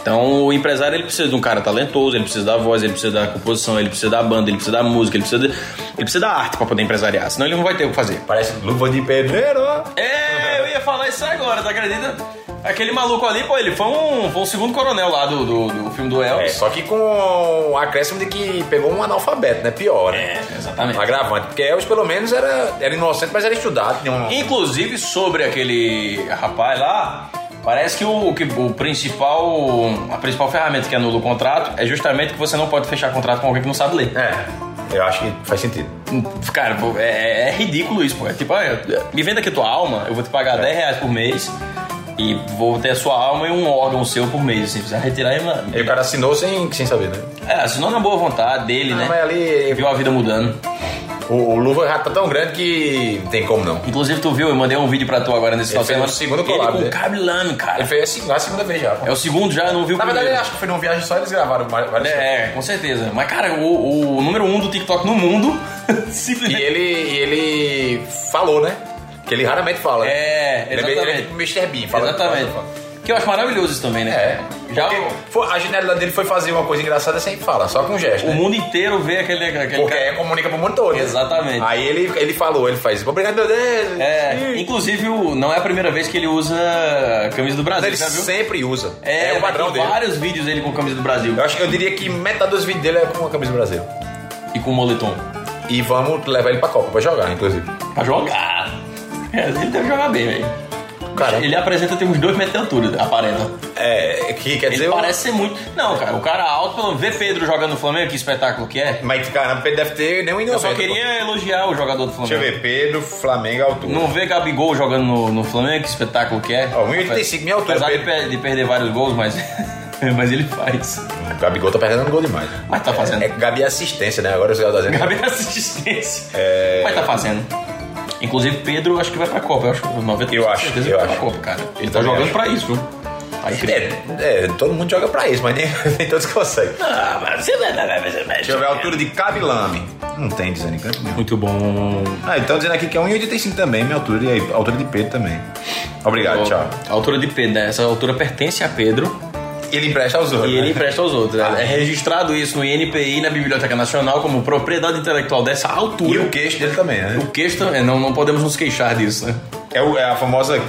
[SPEAKER 6] Então o empresário ele precisa de um cara talentoso, ele precisa da voz, ele precisa da composição, ele precisa da banda, ele precisa da música, ele precisa, de- ele precisa da arte para poder empresariar, senão ele não vai ter o que fazer.
[SPEAKER 3] Parece luva de pedreiro.
[SPEAKER 6] É, eu ia falar isso agora, tá acredita? Aquele maluco ali, pô, ele foi um, foi um segundo coronel lá do, do, do filme do
[SPEAKER 3] É,
[SPEAKER 6] Elvis.
[SPEAKER 3] só que com o acréscimo de que pegou um analfabeto, né? Pior, né?
[SPEAKER 6] É, exatamente.
[SPEAKER 3] Agravante. Porque Elvis, pelo menos, era, era inocente, mas era estudado. Tinha um...
[SPEAKER 6] Inclusive sobre aquele rapaz lá, parece que o, que o principal a principal ferramenta que anula o contrato é justamente que você não pode fechar contrato com alguém que não sabe ler.
[SPEAKER 3] É, eu acho que faz sentido.
[SPEAKER 6] Cara, pô, é, é ridículo isso, pô. É tipo, ah, eu- me venda aqui tua alma, eu vou te pagar 10 reais por mês e vou ter a sua alma e um órgão seu por mês. Se precisar retirar, é, mano.
[SPEAKER 3] E o cara assinou sem, sem saber, né? Ah,
[SPEAKER 6] É, se não na boa vontade dele, né?
[SPEAKER 3] Mas ali,
[SPEAKER 6] Viu a vida mudando.
[SPEAKER 3] o, o luva já tá tão grande que não tem como não.
[SPEAKER 6] Inclusive, tu viu, eu mandei um vídeo pra tu agora nesse
[SPEAKER 3] Ele
[SPEAKER 6] final de
[SPEAKER 3] fez
[SPEAKER 6] semana.
[SPEAKER 3] o segundo
[SPEAKER 6] Ele
[SPEAKER 3] collab
[SPEAKER 6] com
[SPEAKER 3] dele.
[SPEAKER 6] Cabilame, cara.
[SPEAKER 3] Ele fez a segunda, a segunda vez já. pô.
[SPEAKER 6] É o segundo já, não viu o
[SPEAKER 3] Na verdade,
[SPEAKER 6] primeiro.
[SPEAKER 3] eu acho que foi numa viagem só, eles gravaram várias várias coisas.
[SPEAKER 6] É, com certeza. Mas, cara, o, o número um do TikTok no mundo,
[SPEAKER 3] E
[SPEAKER 6] simplesmente...
[SPEAKER 3] ele, e ele falou, né? Que ele raramente fala. né?
[SPEAKER 6] É,
[SPEAKER 3] Ele é, bem- ele é
[SPEAKER 6] exatamente.
[SPEAKER 3] tipo Mr. Bean, fala.
[SPEAKER 6] Exatamente.
[SPEAKER 3] fala-
[SPEAKER 6] Que eu acho maravilhoso isso também, né?
[SPEAKER 3] É.
[SPEAKER 6] Já
[SPEAKER 3] Porque foi- a genialidade dele foi fazer uma coisa engraçada sem falar, só com gesto.
[SPEAKER 6] o
[SPEAKER 3] né?
[SPEAKER 6] mundo inteiro vê aquele... aquele
[SPEAKER 3] Porque
[SPEAKER 6] cara-
[SPEAKER 3] aí comunica pro mundo todo. né?
[SPEAKER 6] Exatamente.
[SPEAKER 3] Aí ele, ele falou, ele faz, obrigado, meu Deus.
[SPEAKER 6] É, inclusive, o- não é a primeira vez que ele usa a camisa do Brasil,
[SPEAKER 3] Ele
[SPEAKER 6] já viu?
[SPEAKER 3] sempre usa.
[SPEAKER 6] É,
[SPEAKER 3] o padrão
[SPEAKER 6] tem
[SPEAKER 3] dele.
[SPEAKER 6] vários vídeos ele com a camisa do Brasil
[SPEAKER 3] Eu acho que eu diria que metade dos vídeos dele é com a camisa do Brasil. É.
[SPEAKER 6] e com o moletom.
[SPEAKER 3] E vamos levar ele pra Copa, pra jogar, inclusive.
[SPEAKER 6] Pra jogar. É, ele deve jogar bem, velho.
[SPEAKER 3] Cara,
[SPEAKER 6] Ele apresenta tem uns dois metros de altura, aparenta.
[SPEAKER 3] é, que quer dizer...
[SPEAKER 6] Ele parece ser muito. Não, cara, o cara alto, pelo menos, vê Pedro jogando no Flamengo, que espetáculo que é.
[SPEAKER 3] Mas, cara, ele deve ter nem um
[SPEAKER 6] Eu só queria elogiar o jogador do
[SPEAKER 3] Deixa eu
[SPEAKER 6] Flamengo.
[SPEAKER 3] ver, Pedro, Flamengo, altura.
[SPEAKER 6] Não vê Gabigol jogando no, no Flamengo, que espetáculo que é.
[SPEAKER 3] Ó, 1,85, minha altura,
[SPEAKER 6] Apesar de,
[SPEAKER 3] Pedro.
[SPEAKER 6] per- de perder vários gols, mas, mas ele faz.
[SPEAKER 3] O Gabigol tá perdendo gol demais.
[SPEAKER 6] Mas tá fazendo.
[SPEAKER 3] É, Gabi é assistência, né? Agora os É, caras estão
[SPEAKER 6] Gabi
[SPEAKER 3] dizendo.
[SPEAKER 6] da assistência. Mas tá fazendo. Inclusive, Pedro, acho que vai pra Copa. Eu acho que 90%
[SPEAKER 3] Eu acho,
[SPEAKER 6] certeza
[SPEAKER 3] eu
[SPEAKER 6] que vai
[SPEAKER 3] acho.
[SPEAKER 6] pra Copa, cara. Ele tá
[SPEAKER 3] também
[SPEAKER 6] jogando
[SPEAKER 3] acho.
[SPEAKER 6] pra isso, viu? Tá incrível.
[SPEAKER 3] É, é, todo mundo joga pra isso, mas nem, nem todos conseguem.
[SPEAKER 6] Ah, mas você
[SPEAKER 3] é
[SPEAKER 6] vai- vai- vai- vai- vai-
[SPEAKER 3] Deixa eu ver a altura de Cavilame. Não tem dizendo em canto nenhum.
[SPEAKER 6] Muito bom.
[SPEAKER 3] Ah, então dizendo aqui que é 1,85 também, minha altura, e aí, a altura de Pedro também. Obrigado, tchau.
[SPEAKER 6] A altura de Pedro, né? essa altura pertence a Pedro
[SPEAKER 3] Ele empresta aos outros.
[SPEAKER 6] e ele
[SPEAKER 3] né?
[SPEAKER 6] empresta aos outros. né? É registrado isso no INPI, na Biblioteca Nacional, como propriedade intelectual dessa
[SPEAKER 3] E
[SPEAKER 6] altura.
[SPEAKER 3] o queixo dele também, né?
[SPEAKER 6] O queixo também, não, não podemos nos queixar disso, né?
[SPEAKER 3] É, o- é a famosa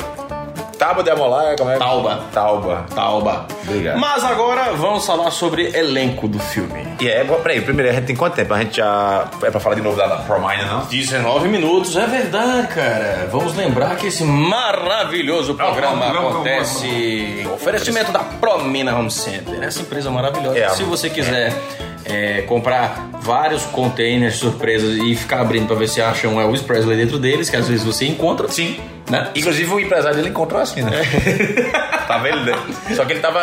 [SPEAKER 3] tábua de amolar, como é?
[SPEAKER 6] Tauba.
[SPEAKER 3] Tauba.
[SPEAKER 6] Tauba.
[SPEAKER 3] Obrigado.
[SPEAKER 6] Mas agora vamos falar sobre elenco do filme.
[SPEAKER 3] E é, bom, peraí, primeiro, a gente tem quanto tempo? A gente já... É pra falar de novo da, da Promine, não?
[SPEAKER 6] 19 minutos, é verdade, cara. Vamos lembrar que esse maravilhoso programa
[SPEAKER 3] vamos, vamos,
[SPEAKER 6] acontece em oferecimento da Promina Home Center, né? essa empresa maravilhosa.
[SPEAKER 3] É,
[SPEAKER 6] Se você quiser é, comprar vários containers surpresas e ficar abrindo pra ver se acha um Elvis Presley dentro deles, que às vezes você encontra,
[SPEAKER 3] Sim.
[SPEAKER 6] né? E
[SPEAKER 3] Inclusive o empresário dele encontrou assim, né? tava ele dentro. né? Só que ele tava.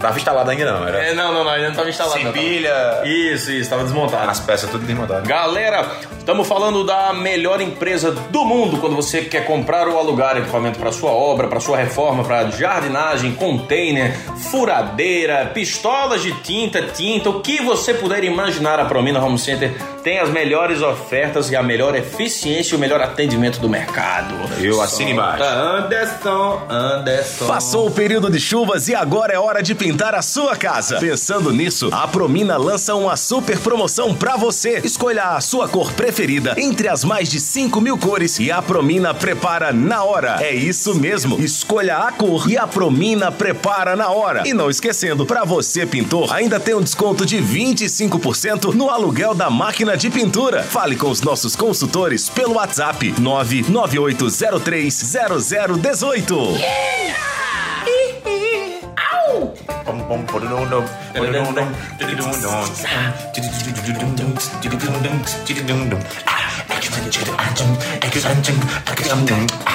[SPEAKER 3] Tava instalado ainda não, tá era.
[SPEAKER 6] É, não, não, não, ainda não tava instalado. não, tava-
[SPEAKER 3] Sempilha,
[SPEAKER 6] Isso, isso, tava desmontado.
[SPEAKER 3] as peças tudo desmontadas.
[SPEAKER 6] Galera, estamos falando da melhor empresa do mundo quando você quer comprar ou alugar equipamento para sua obra, para sua reforma, para jardinagem, container, furadeira, pistolas de tinta, tinta, o que você puder imaginar, a Promina Home Center tem as melhores ofertas e a melhor eficiência e o melhor atendimento do mercado.
[SPEAKER 3] Eu assino embaixo.
[SPEAKER 6] Tá, Anderson, Anderson.
[SPEAKER 4] Passou o período de chuvas e agora é hora de pintar a sua casa. Pensando nisso, a Promina lança uma super promoção pra você. Escolha a sua cor preferida entre as mais de 5 mil cores e a Promina prepara na hora. É isso mesmo, escolha a cor e a Promina prepara na hora. E não esquecendo, pra você pintor, ainda tem um desconto de 25% no aluguel da máquina de pintura. Fale com os nossos consultores pelo WhatsApp 998030018.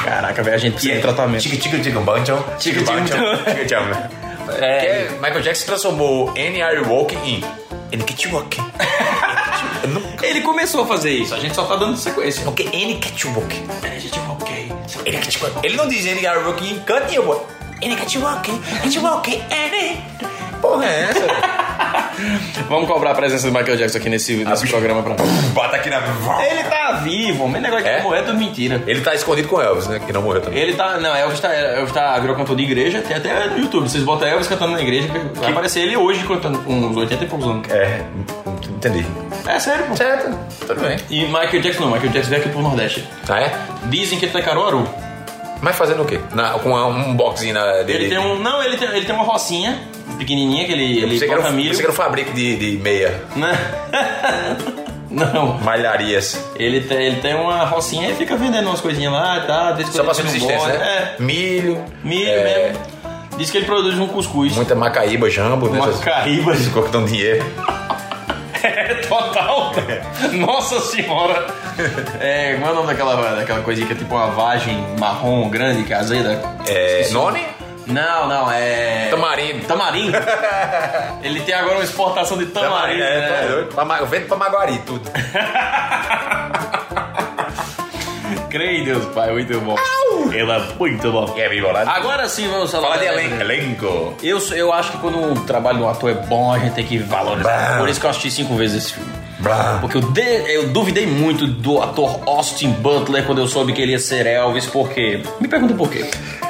[SPEAKER 6] Caraca, velho, a gente precisa de tratamento.
[SPEAKER 3] É, Michael Jackson transformou N.R. Walking em N.K. Walking.
[SPEAKER 6] Nunca. Ele começou a fazer isso, a gente só tá dando sequência. É,
[SPEAKER 3] Porque N Ketchubok.
[SPEAKER 6] A gente vai, ok.
[SPEAKER 3] N Ketchubok. Ele não diz N Ketchubok em canto nenhum, pô. N Ketchubok, Ketchubok, N. É, Porra, é essa?
[SPEAKER 6] Vamos cobrar a presença do Michael Jackson aqui nesse, nesse programa pra
[SPEAKER 3] Bota aqui na.
[SPEAKER 6] Ele tá vivo, mas negócio de
[SPEAKER 3] É?
[SPEAKER 6] morrer é tudo mentira.
[SPEAKER 3] Ele tá escondido com Elvis, né? Que não morreu também.
[SPEAKER 6] Ele tá. Não, Elvis tá, Elvis tá virou cantor de igreja, tem até no YouTube. Vocês botam Elvis cantando na igreja, que vai aparecer ele hoje cantando com uns 80 e poucos anos.
[SPEAKER 3] É, entendi.
[SPEAKER 6] É sério, pô.
[SPEAKER 3] Certo, tudo bem.
[SPEAKER 6] E Michael Jackson não, Michael Jackson veio aqui pro Nordeste.
[SPEAKER 3] Ah, é?
[SPEAKER 6] Dizem que ele tá em Caruaru.
[SPEAKER 3] Mas fazendo o quê? Na- com uma- um boxinho na, dele.
[SPEAKER 6] Ele tem um. Não, ele tem, ele tem uma rocinha pequenininha que ele, ele
[SPEAKER 3] Você que
[SPEAKER 6] planta
[SPEAKER 3] era um,
[SPEAKER 6] milho.
[SPEAKER 3] você que era um fabrico de, de meia,
[SPEAKER 6] Né?
[SPEAKER 3] um
[SPEAKER 6] Não,
[SPEAKER 3] malharias.
[SPEAKER 6] ele tem, ele tem uma rocinha e fica vendendo umas coisinhas lá e tal. diz que
[SPEAKER 3] Só
[SPEAKER 6] ele
[SPEAKER 3] pra
[SPEAKER 6] tem um
[SPEAKER 3] subsistência,
[SPEAKER 6] bode.
[SPEAKER 3] né?
[SPEAKER 6] É,
[SPEAKER 3] Milho.
[SPEAKER 6] milho
[SPEAKER 3] é,
[SPEAKER 6] mesmo. Diz que ele produz um cuscuz.
[SPEAKER 3] Muita macaíba, jambo, né? Essas-
[SPEAKER 6] Macaíba.
[SPEAKER 3] Essas coisas que dão dinheiro.
[SPEAKER 6] É total. Nossa senhora. É, como é o nome daquela, daquela coisinha que é tipo uma vagem marrom grande, caseira?
[SPEAKER 3] É, nome?
[SPEAKER 6] Não, não, é.
[SPEAKER 3] Tamarindo.
[SPEAKER 6] Tamarindo. Ele tem agora uma exportação de tamarindo. né?
[SPEAKER 3] É, tá doido. Vendo pra Maguari, tudo.
[SPEAKER 6] Creio em Deus, pai, muito bom. Ela é muito bom.
[SPEAKER 3] É, viu, lá.
[SPEAKER 6] Agora sim vamos falar
[SPEAKER 3] Fala de
[SPEAKER 6] da-
[SPEAKER 3] elenco. Elenco.
[SPEAKER 6] Eu, sou- eu acho que quando o trabalho de um ator é bom, a gente tem que valorizar.
[SPEAKER 3] Bah.
[SPEAKER 6] Por isso que eu assisti cinco vezes esse filme.
[SPEAKER 3] Blá.
[SPEAKER 6] Porque eu, de- eu duvidei muito do ator Austin Butler quando eu soube que ele ia ser Elvis, porque. Me pergunta por quê.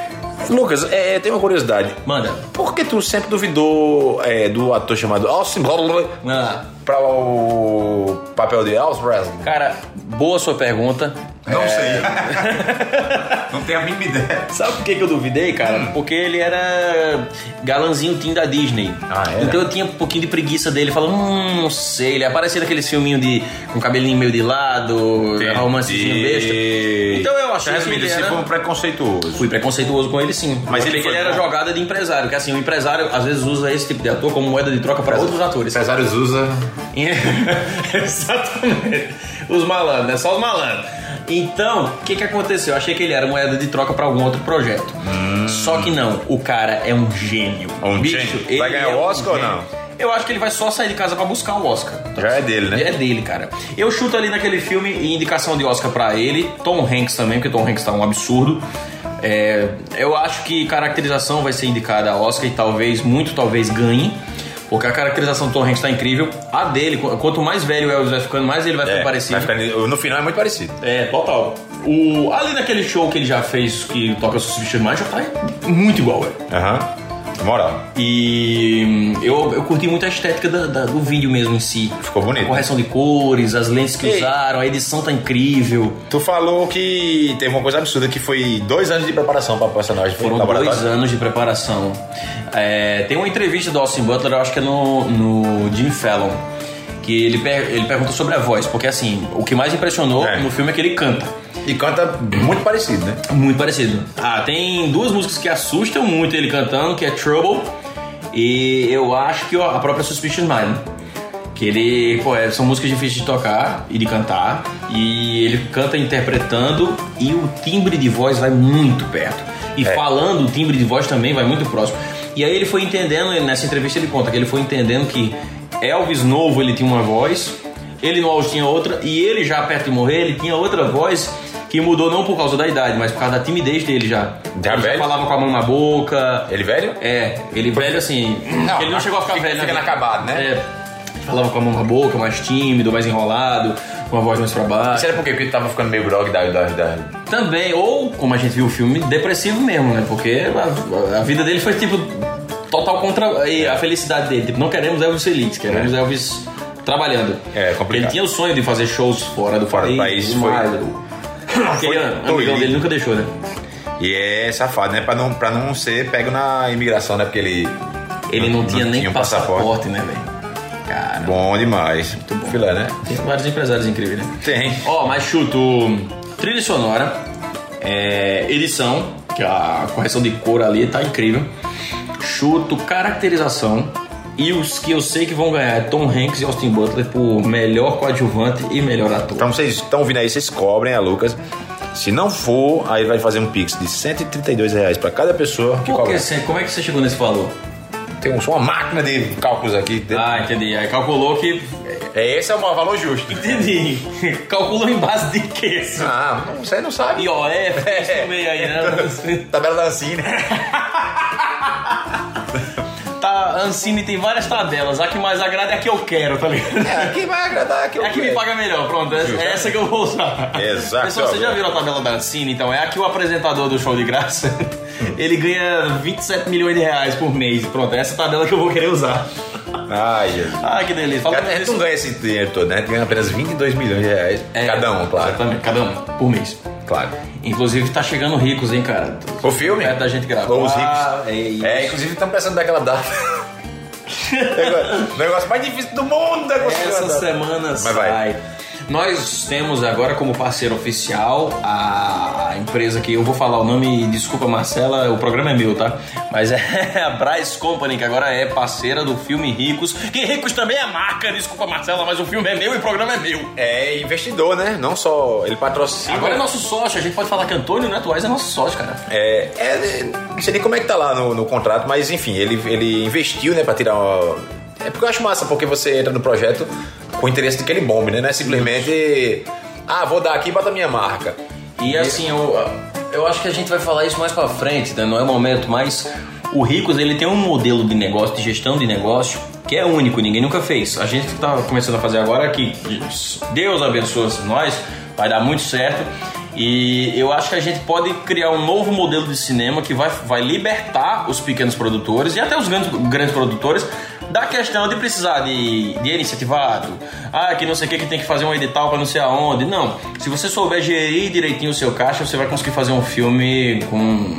[SPEAKER 3] Lucas, é, tem uma curiosidade.
[SPEAKER 6] Manda.
[SPEAKER 3] Por que tu sempre duvidou é, do ator chamado Austin Butler
[SPEAKER 6] Manda lá.
[SPEAKER 3] pra o papel de Elvis Presley?
[SPEAKER 6] Cara, boa sua pergunta.
[SPEAKER 8] Não sei. não tenho a mínima ideia.
[SPEAKER 6] Sabe por que, que eu duvidei, cara?
[SPEAKER 8] Hum.
[SPEAKER 6] Porque ele era galanzinho teen da Disney.
[SPEAKER 3] Ah,
[SPEAKER 8] é,
[SPEAKER 3] era?
[SPEAKER 8] né?
[SPEAKER 6] Então eu tinha um pouquinho de preguiça dele, falando, hum, não sei. Ele aparecia naqueles filminhos de. com cabelinho meio de lado, romancezinho besta. Então eu achei que
[SPEAKER 8] Resumindo,
[SPEAKER 6] ele
[SPEAKER 8] esse
[SPEAKER 6] era...
[SPEAKER 8] foi um preconceituoso.
[SPEAKER 6] Fui tipo preconceituoso com ele sim. Mas ele,
[SPEAKER 8] foi
[SPEAKER 6] ele era
[SPEAKER 8] bom.
[SPEAKER 6] jogada de empresário, que assim, o empresário às vezes usa esse tipo de ator como moeda de troca para outros atores.
[SPEAKER 3] Cesários usa.
[SPEAKER 6] Exatamente. Os malandros, né? Só os malandros. Então, o que, que aconteceu? Eu achei que ele era moeda de troca pra algum outro projeto. Só que não, o cara é um gênio.
[SPEAKER 8] Hum. Um
[SPEAKER 6] Bicho,
[SPEAKER 8] gênio.
[SPEAKER 6] ele
[SPEAKER 8] Vai ganhar
[SPEAKER 6] é
[SPEAKER 8] o
[SPEAKER 6] um
[SPEAKER 8] Oscar ou
[SPEAKER 6] gênio.
[SPEAKER 8] não?
[SPEAKER 6] Eu acho que ele vai só sair de casa pra buscar o Oscar.
[SPEAKER 8] Já é dele, né?
[SPEAKER 6] É dele, cara. Eu chuto ali naquele filme e indicação de Oscar pra ele. Tom Hanks também, porque Tom Hanks tá um absurdo. É, eu acho que caracterização vai ser indicada a Oscar e talvez, muito talvez, ganhe. Porque a caracterização do Tom Hanks tá incrível. A dele, qu- quanto mais velho o Elvis vai ficando, mais ele vai ficando
[SPEAKER 3] É,
[SPEAKER 6] parecido.
[SPEAKER 3] vai ficar- no final é muito parecido.
[SPEAKER 6] É, total. O, ali naquele show que ele já fez, que toca Substitute Mais, já tá muito igual, velho.
[SPEAKER 3] Aham. Moral.
[SPEAKER 6] E hum, eu, eu curti muito a estética da- da- do vídeo mesmo em si.
[SPEAKER 3] Ficou bonito.
[SPEAKER 6] A correção de cores, as lentes que
[SPEAKER 3] Ei.
[SPEAKER 6] usaram, a edição tá incrível.
[SPEAKER 3] Tu falou que teve uma coisa absurda que foi dois anos de preparação Tá pra personagem. Foi
[SPEAKER 6] Foram
[SPEAKER 3] no laboratório?
[SPEAKER 6] dois anos de preparação. É, tem uma entrevista do Austin Butler, eu acho que é no, no Jimmy Fallon, que ele, per- ele pergunta sobre a voz, porque assim, o que mais impressionou
[SPEAKER 3] É.
[SPEAKER 6] no filme é que ele canta.
[SPEAKER 3] E canta muito parecido, né?
[SPEAKER 6] Muito parecido. Ah, tem duas músicas que assustam muito ele cantando, que é Trouble e eu acho que ó, a própria Suspicious Mind. né? Que ele, pô, é- são músicas difíceis de tocar e de cantar, e ele canta interpretando e o timbre de voz vai muito perto. E falando, o timbre de voz também vai muito próximo. E aí ele foi entendendo, nessa entrevista ele conta que ele foi entendendo que Elvis novo ele tinha uma voz, ele no auge tinha outra, e ele já perto de morrer, ele tinha outra voz que mudou não por causa da idade, mas por causa da timidez dele já.
[SPEAKER 3] Já
[SPEAKER 6] ele
[SPEAKER 3] velho?
[SPEAKER 6] já falava com a mão na boca.
[SPEAKER 3] Ele velho?
[SPEAKER 6] É, ele velho assim.
[SPEAKER 3] Não,
[SPEAKER 6] ele não chegou a ficar
[SPEAKER 3] fica-
[SPEAKER 6] velho.
[SPEAKER 3] fica
[SPEAKER 6] né?
[SPEAKER 3] inacabado, né?
[SPEAKER 6] É. Falava com a mão na boca, mais tímido, mais enrolado, com a voz mais pra baixo.
[SPEAKER 3] Será por quê? Porque tu tava ficando meio grog da, da, da-
[SPEAKER 6] Também, ou, como a gente viu o filme, depressivo mesmo, né? Porque a, a vida dele foi tipo total contra e a felicidade dele. Tipo, não queremos Elvis feliz, queremos Elvis trabalhando.
[SPEAKER 3] É, complicado.
[SPEAKER 6] Ele tinha o sonho de fazer shows fora do
[SPEAKER 3] Fora do
[SPEAKER 6] país.
[SPEAKER 3] país,
[SPEAKER 6] tudo
[SPEAKER 3] foi-
[SPEAKER 6] mais. né?
[SPEAKER 3] foi
[SPEAKER 6] Aquele amigão
[SPEAKER 3] doido.
[SPEAKER 6] dele nunca deixou, né?
[SPEAKER 3] E é safado, né? Pra não, pra não ser pego na imigração, né? Porque ele.
[SPEAKER 6] Ele não, tinha nem
[SPEAKER 3] um
[SPEAKER 6] passaporte, né, velho? Cara,
[SPEAKER 3] Bom demais. Muito bom. Filé, né?
[SPEAKER 6] tem vários empresários incríveis, né?
[SPEAKER 3] Tem.
[SPEAKER 6] Ó, mas chuto trilha sonora, é, edição, que a correção de cor ali tá incrível. Chuto caracterização. E os que eu sei que vão ganhar é Tom Hanks e Austin Butler por melhor coadjuvante e melhor ator.
[SPEAKER 3] Então vocês estão vindo aí, vocês cobrem a Lucas. Se não for, aí vai fazer um pix de 132 reais pra cada pessoa que
[SPEAKER 6] Por que
[SPEAKER 3] cobra.
[SPEAKER 6] você- como é que você chegou nesse valor?
[SPEAKER 3] Tem um- uma máquina de cálculos aqui.
[SPEAKER 6] Ah, entendi. Aí calculou que
[SPEAKER 3] Esse é o maior valor justo.
[SPEAKER 6] Entendi. Calculou em base de quê? é, senhor?
[SPEAKER 3] Ah, não, você não sabe.
[SPEAKER 6] IOF, isso no meio aí, né?
[SPEAKER 3] Tabela da Ancine.
[SPEAKER 6] Tá, a Ancine tem várias tabelas. A que mais agrada é a que eu quero, tá ligado?
[SPEAKER 3] É, aqui vai agradar, aqui eu
[SPEAKER 6] É a que me
[SPEAKER 3] quero.
[SPEAKER 6] paga melhor, pronto. É é essa que eu vou usar.
[SPEAKER 7] Exato.
[SPEAKER 6] Pessoal, vocês já viram a tabela da Ancine, então? É a que o apresentador do show de graça, ele ganha 27 milhões de reais por mês. Pronto, é essa tabela que eu vou querer usar.
[SPEAKER 7] Ai, Jesus.
[SPEAKER 6] Ah, que delícia. Fala
[SPEAKER 3] A gente não um ganha esse dinheiro todo, né? A gente ganha apenas 22 milhões de reais.
[SPEAKER 6] É.
[SPEAKER 3] cada um, claro.
[SPEAKER 6] Exatamente, cada um, por mês.
[SPEAKER 3] Claro.
[SPEAKER 6] Inclusive, tá chegando ricos, hein, cara?
[SPEAKER 3] O filme?
[SPEAKER 6] Perto É da gente gravar.
[SPEAKER 3] Ou os ricos.
[SPEAKER 6] É, isso.
[SPEAKER 3] É, inclusive estamos pensando naquela data. Negócio- Negócio mais difícil do mundo é conseguir
[SPEAKER 6] Essa
[SPEAKER 3] uma data.
[SPEAKER 6] semana sai.
[SPEAKER 3] vai.
[SPEAKER 6] Nós temos agora como parceiro oficial a empresa que eu vou falar o nome, desculpa Marcela, o programa é meu, tá? Mas é a Braz Company, que agora é parceira do filme Ricos, que Ricos também é marca, desculpa Marcela, mas o filme é meu e o programa é meu.
[SPEAKER 3] É investidor, né? Não só ele patrocina.
[SPEAKER 6] Agora é nosso sócio, a gente pode falar que Antônio Neto Weiss é nosso sócio, cara.
[SPEAKER 3] É, é, não sei nem como é que tá lá no, no contrato, mas enfim, ele, ele investiu, né, pra tirar uma... É porque eu acho massa, porque você entra no projeto com o interesse de que ele bombe, né? Não é simplesmente... Ah, vou dar aqui e bota a minha marca.
[SPEAKER 6] E assim, eu, eu acho que a gente vai falar isso mais pra frente, né? Não é o momento, mas o Ricos ele tem um modelo de negócio, de gestão de negócio, que é único, ninguém nunca fez. A gente que tá começando a fazer agora que Deus abençoe nós, vai dar muito certo. E eu acho que a gente pode criar um novo modelo de cinema que vai, vai libertar os pequenos produtores e até os grandes, grandes produtores da questão de precisar de dinheiro incentivado, ah, que não sei o que, que tem que fazer um edital pra não sei aonde. Não. Se você souber gerir direitinho o seu caixa, você vai conseguir fazer um filme com.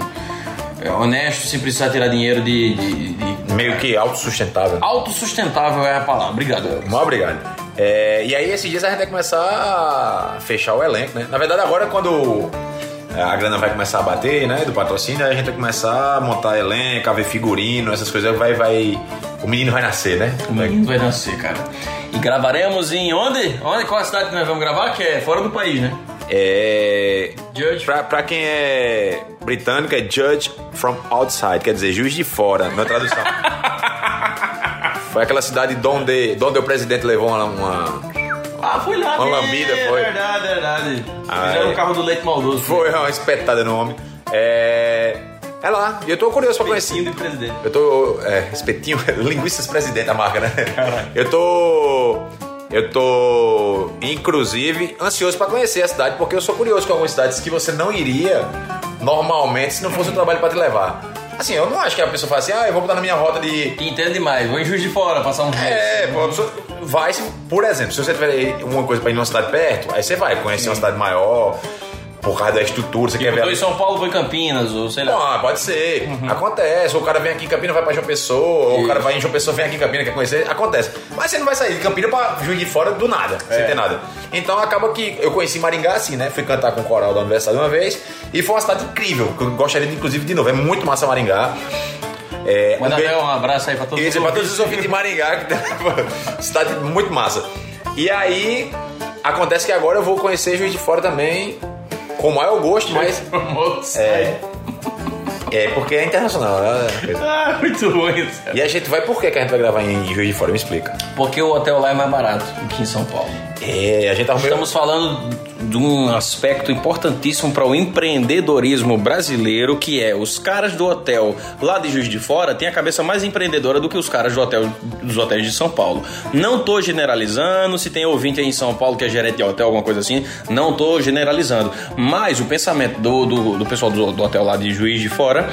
[SPEAKER 6] é, honesto, sem precisar tirar dinheiro de. de, de...
[SPEAKER 3] Meio que autossustentável. né?
[SPEAKER 6] Autossustentável é a palavra. Obrigado, Elvis.
[SPEAKER 3] Muito obrigado. É, e aí, esses dias a gente vai começar a fechar o elenco, né? Na verdade, agora quando é, a grana vai começar a bater, né? Do patrocínio, aí a gente vai começar a montar elenco, a ver figurino, essas coisas. Vai, vai... O menino vai nascer, né?
[SPEAKER 6] O menino vai nascer, cara. E gravaremos em onde? Onde? Qual é a cidade que nós vamos gravar? Que é fora do país, né?
[SPEAKER 3] É...
[SPEAKER 6] Judge.
[SPEAKER 3] Pra, pra quem é britânico, é judge from outside, quer dizer, juiz de fora, na tradução. Foi aquela cidade onde, onde o presidente levou uma, uma-
[SPEAKER 6] Ah, foi lá,
[SPEAKER 3] Uma
[SPEAKER 6] né?
[SPEAKER 3] lambida, foi.
[SPEAKER 6] Verdade, é verdade.
[SPEAKER 3] Ah,
[SPEAKER 6] Fizeram
[SPEAKER 3] é.
[SPEAKER 6] o carro do leite maldoso. né?
[SPEAKER 3] Foi uma espetada no homem. É. É lá, e eu tô curioso pra
[SPEAKER 6] Peitinho
[SPEAKER 3] conhecer.
[SPEAKER 6] de presidente.
[SPEAKER 3] Eu tô. É, espetinho, linguiças presidente da marca, né? Eu tô. Eu tô, inclusive, ansioso pra conhecer a cidade, porque eu sou curioso com algumas cidades que você não iria normalmente se não fosse um trabalho pra te levar. Assim, eu não acho que a pessoa fala assim, ah, eu vou botar na minha rota de.
[SPEAKER 6] Entendo demais. Vou em Juiz de Fora passar um
[SPEAKER 3] É, pô, a pessoa vai, se, por exemplo, se você tiver aí uma coisa pra ir numa cidade perto, aí você vai conhecer uma cidade maior, por causa da estrutura, você quer ver.
[SPEAKER 6] Eu tô em São Paulo, vou em Campinas, ou sei lá.
[SPEAKER 3] Bom, ah, pode ser. Acontece. Ou o cara vem aqui em Campina vai pra João Pessoa. Ou o cara vai em João Pessoa, vem aqui em Campina, quer conhecer. Acontece. Mas você não vai sair de Campina pra Juiz de Fora do nada, sem ter nada. Então acaba que eu conheci Maringá assim, né? Fui cantar com o coral da universidade uma vez. E foi uma cidade incrível, que eu gostaria, de, inclusive, de novo. É muito massa Maringá. É,
[SPEAKER 6] Manda
[SPEAKER 3] beijo-
[SPEAKER 6] até um abraço aí pra todos
[SPEAKER 3] isso, é pra todos os ouvintes de Maringá, que tá- cidade muito massa. E aí, acontece que agora eu vou conhecer Juiz de Fora também, com o maior gosto, mas... É, é porque é internacional. né?
[SPEAKER 6] Ah, muito bom isso.
[SPEAKER 3] E a gente vai por que que a gente vai gravar em Juiz de Fora? Me explica.
[SPEAKER 6] Porque o hotel lá é mais barato que em São Paulo.
[SPEAKER 3] É, a gente arrumou...
[SPEAKER 6] Estamos falando de um aspecto importantíssimo para o empreendedorismo brasileiro, que é os caras do hotel lá de Juiz de Fora têm a cabeça mais empreendedora do que os caras do hotel, dos hotéis de São Paulo. Não tô generalizando, se tem ouvinte aí em São Paulo que é gerente de hotel, alguma coisa assim, não tô generalizando. Mas o pensamento do, do, do pessoal do, do hotel lá de Juiz de Fora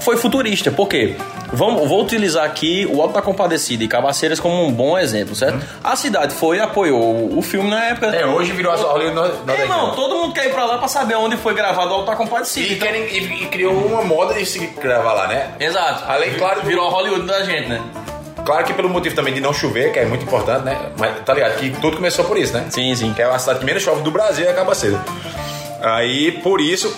[SPEAKER 6] foi futurista, por quê? Vamos, vou utilizar aqui o Alto da Compadecida e Cabaceiras como um bom exemplo, certo? A cidade foi e apoiou o filme na época.
[SPEAKER 3] É, hoje virou a sua
[SPEAKER 6] Meu irmão, todo mundo quer ir pra lá pra saber onde foi gravado o Alto da Compadecida.
[SPEAKER 3] E, querem, e, e criou uma moda de se gravar lá, né?
[SPEAKER 6] Exato.
[SPEAKER 3] Além, claro, do-
[SPEAKER 6] virou a Hollywood da gente, né?
[SPEAKER 3] Claro que pelo motivo também de não chover, que é muito importante, né? Mas tá ligado que tudo começou por isso, né?
[SPEAKER 6] Sim, sim.
[SPEAKER 3] que é a cidade que menos chove do Brasil e acaba cedo. Aí, por isso,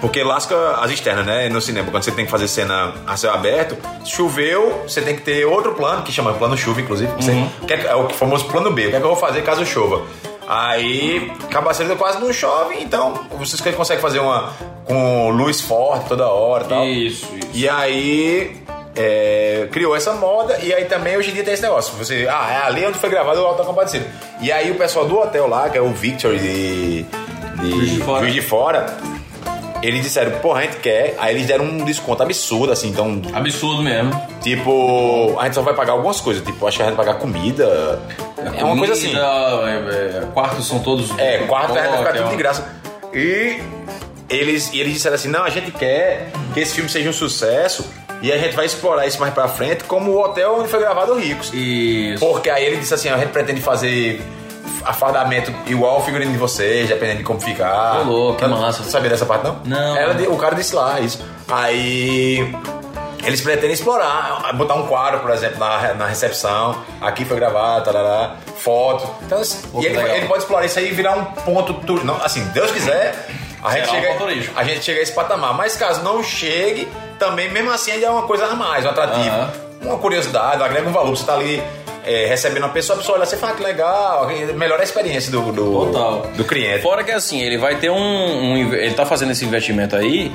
[SPEAKER 3] porque lasca as externas, né? No cinema, quando você tem que fazer cena a céu aberto, choveu, você tem que ter outro plano, que chama plano chuva, inclusive. que você- que é, é o famoso plano B. O que é que eu vou fazer caso chova? Aí, Cabaceiras quase não chove, então vocês conseguem fazer uma com luz forte toda hora e tal.
[SPEAKER 6] Isso, isso.
[SPEAKER 3] E aí, é, criou essa moda e aí também hoje em dia tem esse negócio. Você, ah, é ali onde foi gravado o Auto da Compadecida. E aí o pessoal do hotel lá, que é o Victor de, de
[SPEAKER 6] Juiz de Fora.
[SPEAKER 3] Juiz de Fora, eles disseram, porra, a gente quer. Aí eles deram um desconto absurdo, assim, então
[SPEAKER 6] Absurdo mesmo.
[SPEAKER 3] Tipo, a gente só vai pagar algumas coisas, tipo, acho que a gente vai pagar comida. É uma coisa assim.
[SPEAKER 6] Comida, é, é, quartos são todos.
[SPEAKER 3] É, quarto a gente vai ficar tudo de
[SPEAKER 6] graça.
[SPEAKER 3] graça. E eles, e eles disseram assim: não, a gente quer que esse filme seja um sucesso e a gente vai explorar isso mais pra frente, como o hotel onde foi gravado Ricos.
[SPEAKER 6] Isso.
[SPEAKER 3] Porque aí ele disse assim: a gente pretende fazer afardamento igual ao figurino de vocês, dependendo de como ficar.
[SPEAKER 6] Ô, louco, que
[SPEAKER 3] Não-
[SPEAKER 6] massa.
[SPEAKER 3] Sabia dessa parte não?
[SPEAKER 6] Não.
[SPEAKER 3] Ela di- o cara disse lá isso. Aí. Eles pretendem explorar, botar um quadro, por exemplo, na, na recepção. Aqui foi gravado, tarará, foto. Então, assim,
[SPEAKER 6] Pô,
[SPEAKER 3] e
[SPEAKER 6] que
[SPEAKER 3] ele,
[SPEAKER 6] legal.
[SPEAKER 3] ele pode explorar isso aí e virar um ponto turístico. Não, Assim, Deus quiser, a gente,
[SPEAKER 6] Será um
[SPEAKER 3] chega,
[SPEAKER 6] ponto turístico.
[SPEAKER 3] a gente chega a esse patamar. Mas caso não chegue, também, mesmo assim, ainda é uma coisa a mais, um atrativo.
[SPEAKER 6] Aham.
[SPEAKER 3] Uma curiosidade, agrega um valor. Você tá ali é, recebendo uma pessoa, a pessoa olha assim e fala "Ah, que legal, melhora a experiência do, do,
[SPEAKER 6] Total.
[SPEAKER 3] do cliente.
[SPEAKER 6] Fora que assim, ele vai ter um. um inve- ele tá fazendo esse investimento aí,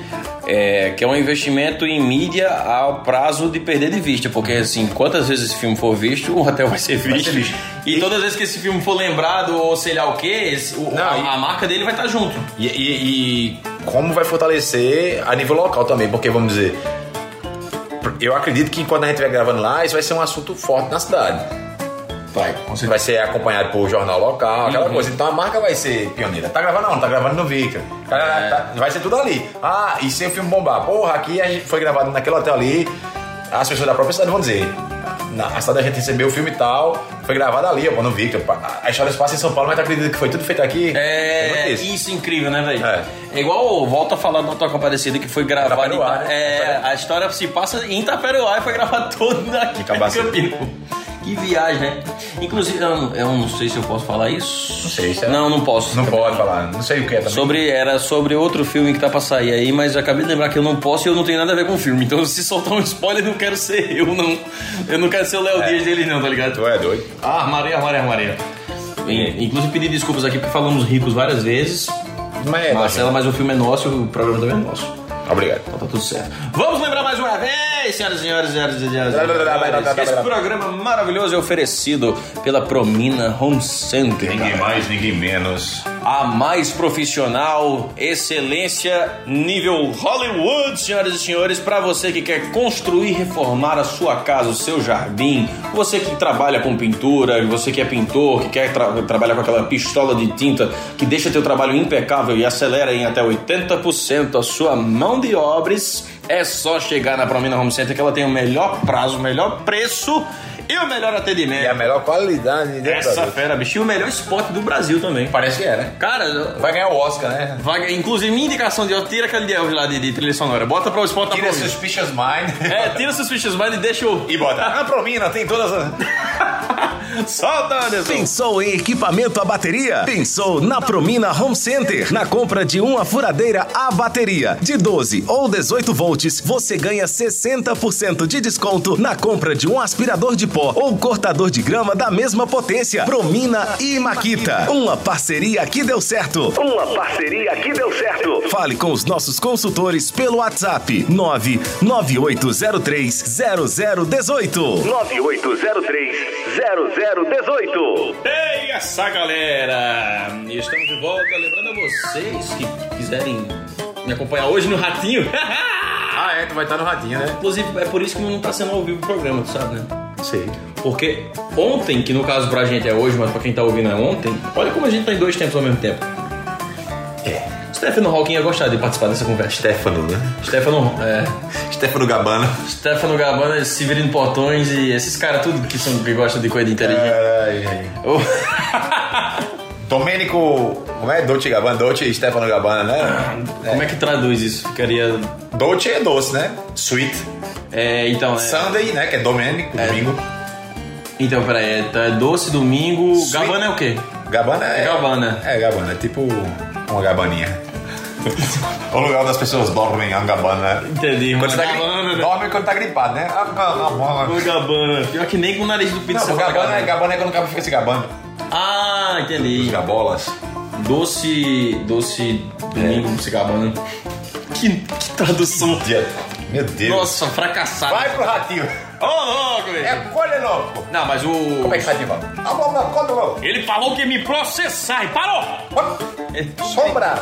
[SPEAKER 6] é, que é um investimento em mídia ao prazo de perder de vista. Porque assim, quantas vezes esse filme for visto, o hotel vai ser visto.
[SPEAKER 3] ser visto.
[SPEAKER 6] E,
[SPEAKER 3] E-
[SPEAKER 6] todas as vezes que esse filme for lembrado, ou sei lá o quê, esse- o-
[SPEAKER 3] Não,
[SPEAKER 6] a,
[SPEAKER 3] e-
[SPEAKER 6] a marca dele vai estar junto.
[SPEAKER 3] E, e- e como vai fortalecer a nível local também, porque vamos dizer. Eu acredito que enquanto a gente estiver gravando lá, isso vai ser um assunto forte na cidade.
[SPEAKER 6] Vai, com Uhum.
[SPEAKER 3] Vai ser acompanhado por jornal local, aquela coisa. Então a marca vai ser pioneira. Tá gravando onde? Tá gravando no Victor. Tá-
[SPEAKER 6] É.
[SPEAKER 3] tá- vai ser tudo ali. Ah, e se o filme bombar? Porra, aqui a gente foi gravado naquele hotel ali. As pessoas da própria cidade vão dizer. Na, a cidade a gente recebeu o filme e tal, foi gravado ali, ó, no Victor. Pa- A história se passa em São Paulo, mas tá acreditando que foi tudo feito aqui? Tem
[SPEAKER 6] É,
[SPEAKER 3] notícia.
[SPEAKER 6] isso é incrível, né, velho?
[SPEAKER 3] É.
[SPEAKER 6] É. igual, volta a falar do Toca Aparecida que foi gravado em
[SPEAKER 3] Itaperuá, né?
[SPEAKER 6] É, a história se passa em Itaperuá e foi gravado todo aqui em
[SPEAKER 3] Cabacete.
[SPEAKER 6] Campinas. Que viagem, né? Inclusive, eu, não- eu não sei se eu posso falar isso. Não
[SPEAKER 3] sei, será?
[SPEAKER 6] Não, não posso.
[SPEAKER 3] Não pode falar, não sei o que é também.
[SPEAKER 6] Sobre, era sobre outro filme que tá pra sair aí, mas eu acabei de lembrar que eu não posso e eu não tenho nada a ver com o filme. Então, se soltar um spoiler, não quero ser eu, não. Eu não quero ser o Léo Dias dele, não, tá ligado?
[SPEAKER 3] Tu é doido?
[SPEAKER 6] Ah, armaria, armaria, armaria. In- Inclusive pedi desculpas aqui porque falamos ricos várias vezes.
[SPEAKER 3] Mas é,
[SPEAKER 6] Marcela, mas o filme é nosso, o programa também é nosso. Então
[SPEAKER 3] Obrigado.
[SPEAKER 6] tá tudo certo. Vamos lembrar mais uma vez, senhoras e senhores, senhoras e senhores. senhores, que Esse programa maravilhoso é oferecido pela Promina Home Center.
[SPEAKER 8] Ninguém mais, ninguém menos.
[SPEAKER 6] A mais profissional, excelência, nível Hollywood, senhoras e senhores, para você que quer construir, reformar a sua casa, o seu jardim, você que trabalha com pintura, você que é pintor, que quer tra trabalhar com aquela pistola de tinta que deixa teu trabalho impecável e acelera em até 80% a sua mão de obras, é só chegar na Promina Home Center que ela tem o melhor prazo, o melhor preço e o melhor
[SPEAKER 3] E É a
[SPEAKER 6] atendimento.
[SPEAKER 3] melhor qualidade de
[SPEAKER 6] Essa
[SPEAKER 3] produto.
[SPEAKER 6] fera, bicho, e o melhor spot do Brasil também.
[SPEAKER 3] Parece que é, né?
[SPEAKER 6] Cara,
[SPEAKER 3] Vai ganhar o Oscar, né?
[SPEAKER 6] Vai, inclusive, minha indicação de ó, tira aquele de Elvis lá de, de trilha sonora. Bota pra o spot na
[SPEAKER 3] Tira
[SPEAKER 6] promina.
[SPEAKER 3] Suspicious Mind.
[SPEAKER 6] É, tira seus fichas mais e deixa o.
[SPEAKER 3] E bota. A promina tem todas as.
[SPEAKER 6] Solta, Anderson!
[SPEAKER 4] Pensou em equipamento à bateria? Pensou na Promina Home Center. Na compra de uma furadeira à bateria de 12 ou 18 volts, você ganha 60% de desconto na compra de um aspirador de pó ou cortador de grama da mesma potência. Promina e Maquita. Uma parceria que deu certo.
[SPEAKER 5] Uma parceria que deu certo.
[SPEAKER 4] Fale com os nossos consultores pelo WhatsApp
[SPEAKER 5] 9803-0018.
[SPEAKER 4] 998030018.
[SPEAKER 6] E essa galera! Estamos de volta, lembrando a vocês que quiserem me acompanhar hoje no Ratinho.
[SPEAKER 3] Ah, é, tu vai estar no radinho, né?
[SPEAKER 6] inclusive, é por isso que não tá sendo ao vivo o programa, tu sabe, né?
[SPEAKER 3] Sei.
[SPEAKER 6] Porque ontem, que no caso pra gente é hoje, mas pra quem tá ouvindo é ontem, olha como a gente tá em dois tempos ao mesmo tempo. É. Stefano Hawking ia gostar de participar dessa conversa.
[SPEAKER 3] Stefano, né?
[SPEAKER 6] Stefano, é,
[SPEAKER 3] Stefano Gabana.
[SPEAKER 6] Stefano Gabbana, Severino Portões e esses caras tudo que, são, que gostam de coisa inteligente.
[SPEAKER 3] Caralho.
[SPEAKER 6] Oh.
[SPEAKER 3] Domênico. Como é? Dolce Gabbana? Dolce e Stefano Gabbana, né?
[SPEAKER 6] Como é que traduz isso? Ficaria.
[SPEAKER 3] Dolce é doce, né? Sweet.
[SPEAKER 6] É, então, né?
[SPEAKER 3] Sunday, né? Que é Domênico, domingo.
[SPEAKER 6] Então, peraí, é, tá, é doce, domingo.
[SPEAKER 3] Sweet.
[SPEAKER 6] Gabbana é o quê?
[SPEAKER 3] Gabbana é.
[SPEAKER 6] Gabbana.
[SPEAKER 3] É, Gabbana. É tipo uma gabaninha. o lugar onde as pessoas dormem é uma Gabbana, né?
[SPEAKER 6] Entendi,
[SPEAKER 3] Quando
[SPEAKER 6] mano.
[SPEAKER 3] você tá gri-
[SPEAKER 6] Gabbana, né?
[SPEAKER 3] Dorme quando tá gripado, né? Ah, Gabbana.
[SPEAKER 6] Gabbana. Pior que nem com o nariz do Pizza.
[SPEAKER 3] Não, Gabana é, Gabana é quando o cabo fica se gabando.
[SPEAKER 6] Ah,
[SPEAKER 3] Os
[SPEAKER 6] entendi.
[SPEAKER 3] gabolas. É.
[SPEAKER 6] Doce. Doce. Domingo, se Gabbana. Que, que tradução.
[SPEAKER 3] Dia- Meu Deus.
[SPEAKER 2] Nossa, fracassado.
[SPEAKER 3] Vai pro ratinho.
[SPEAKER 2] Ô, louco, bicho.
[SPEAKER 3] É colhe louco.
[SPEAKER 2] Não, mas o.
[SPEAKER 3] Como é que faz de volta? Ah, vamos lá, conta logo.
[SPEAKER 9] Ele falou que ia me processar e parou!
[SPEAKER 3] Sombra.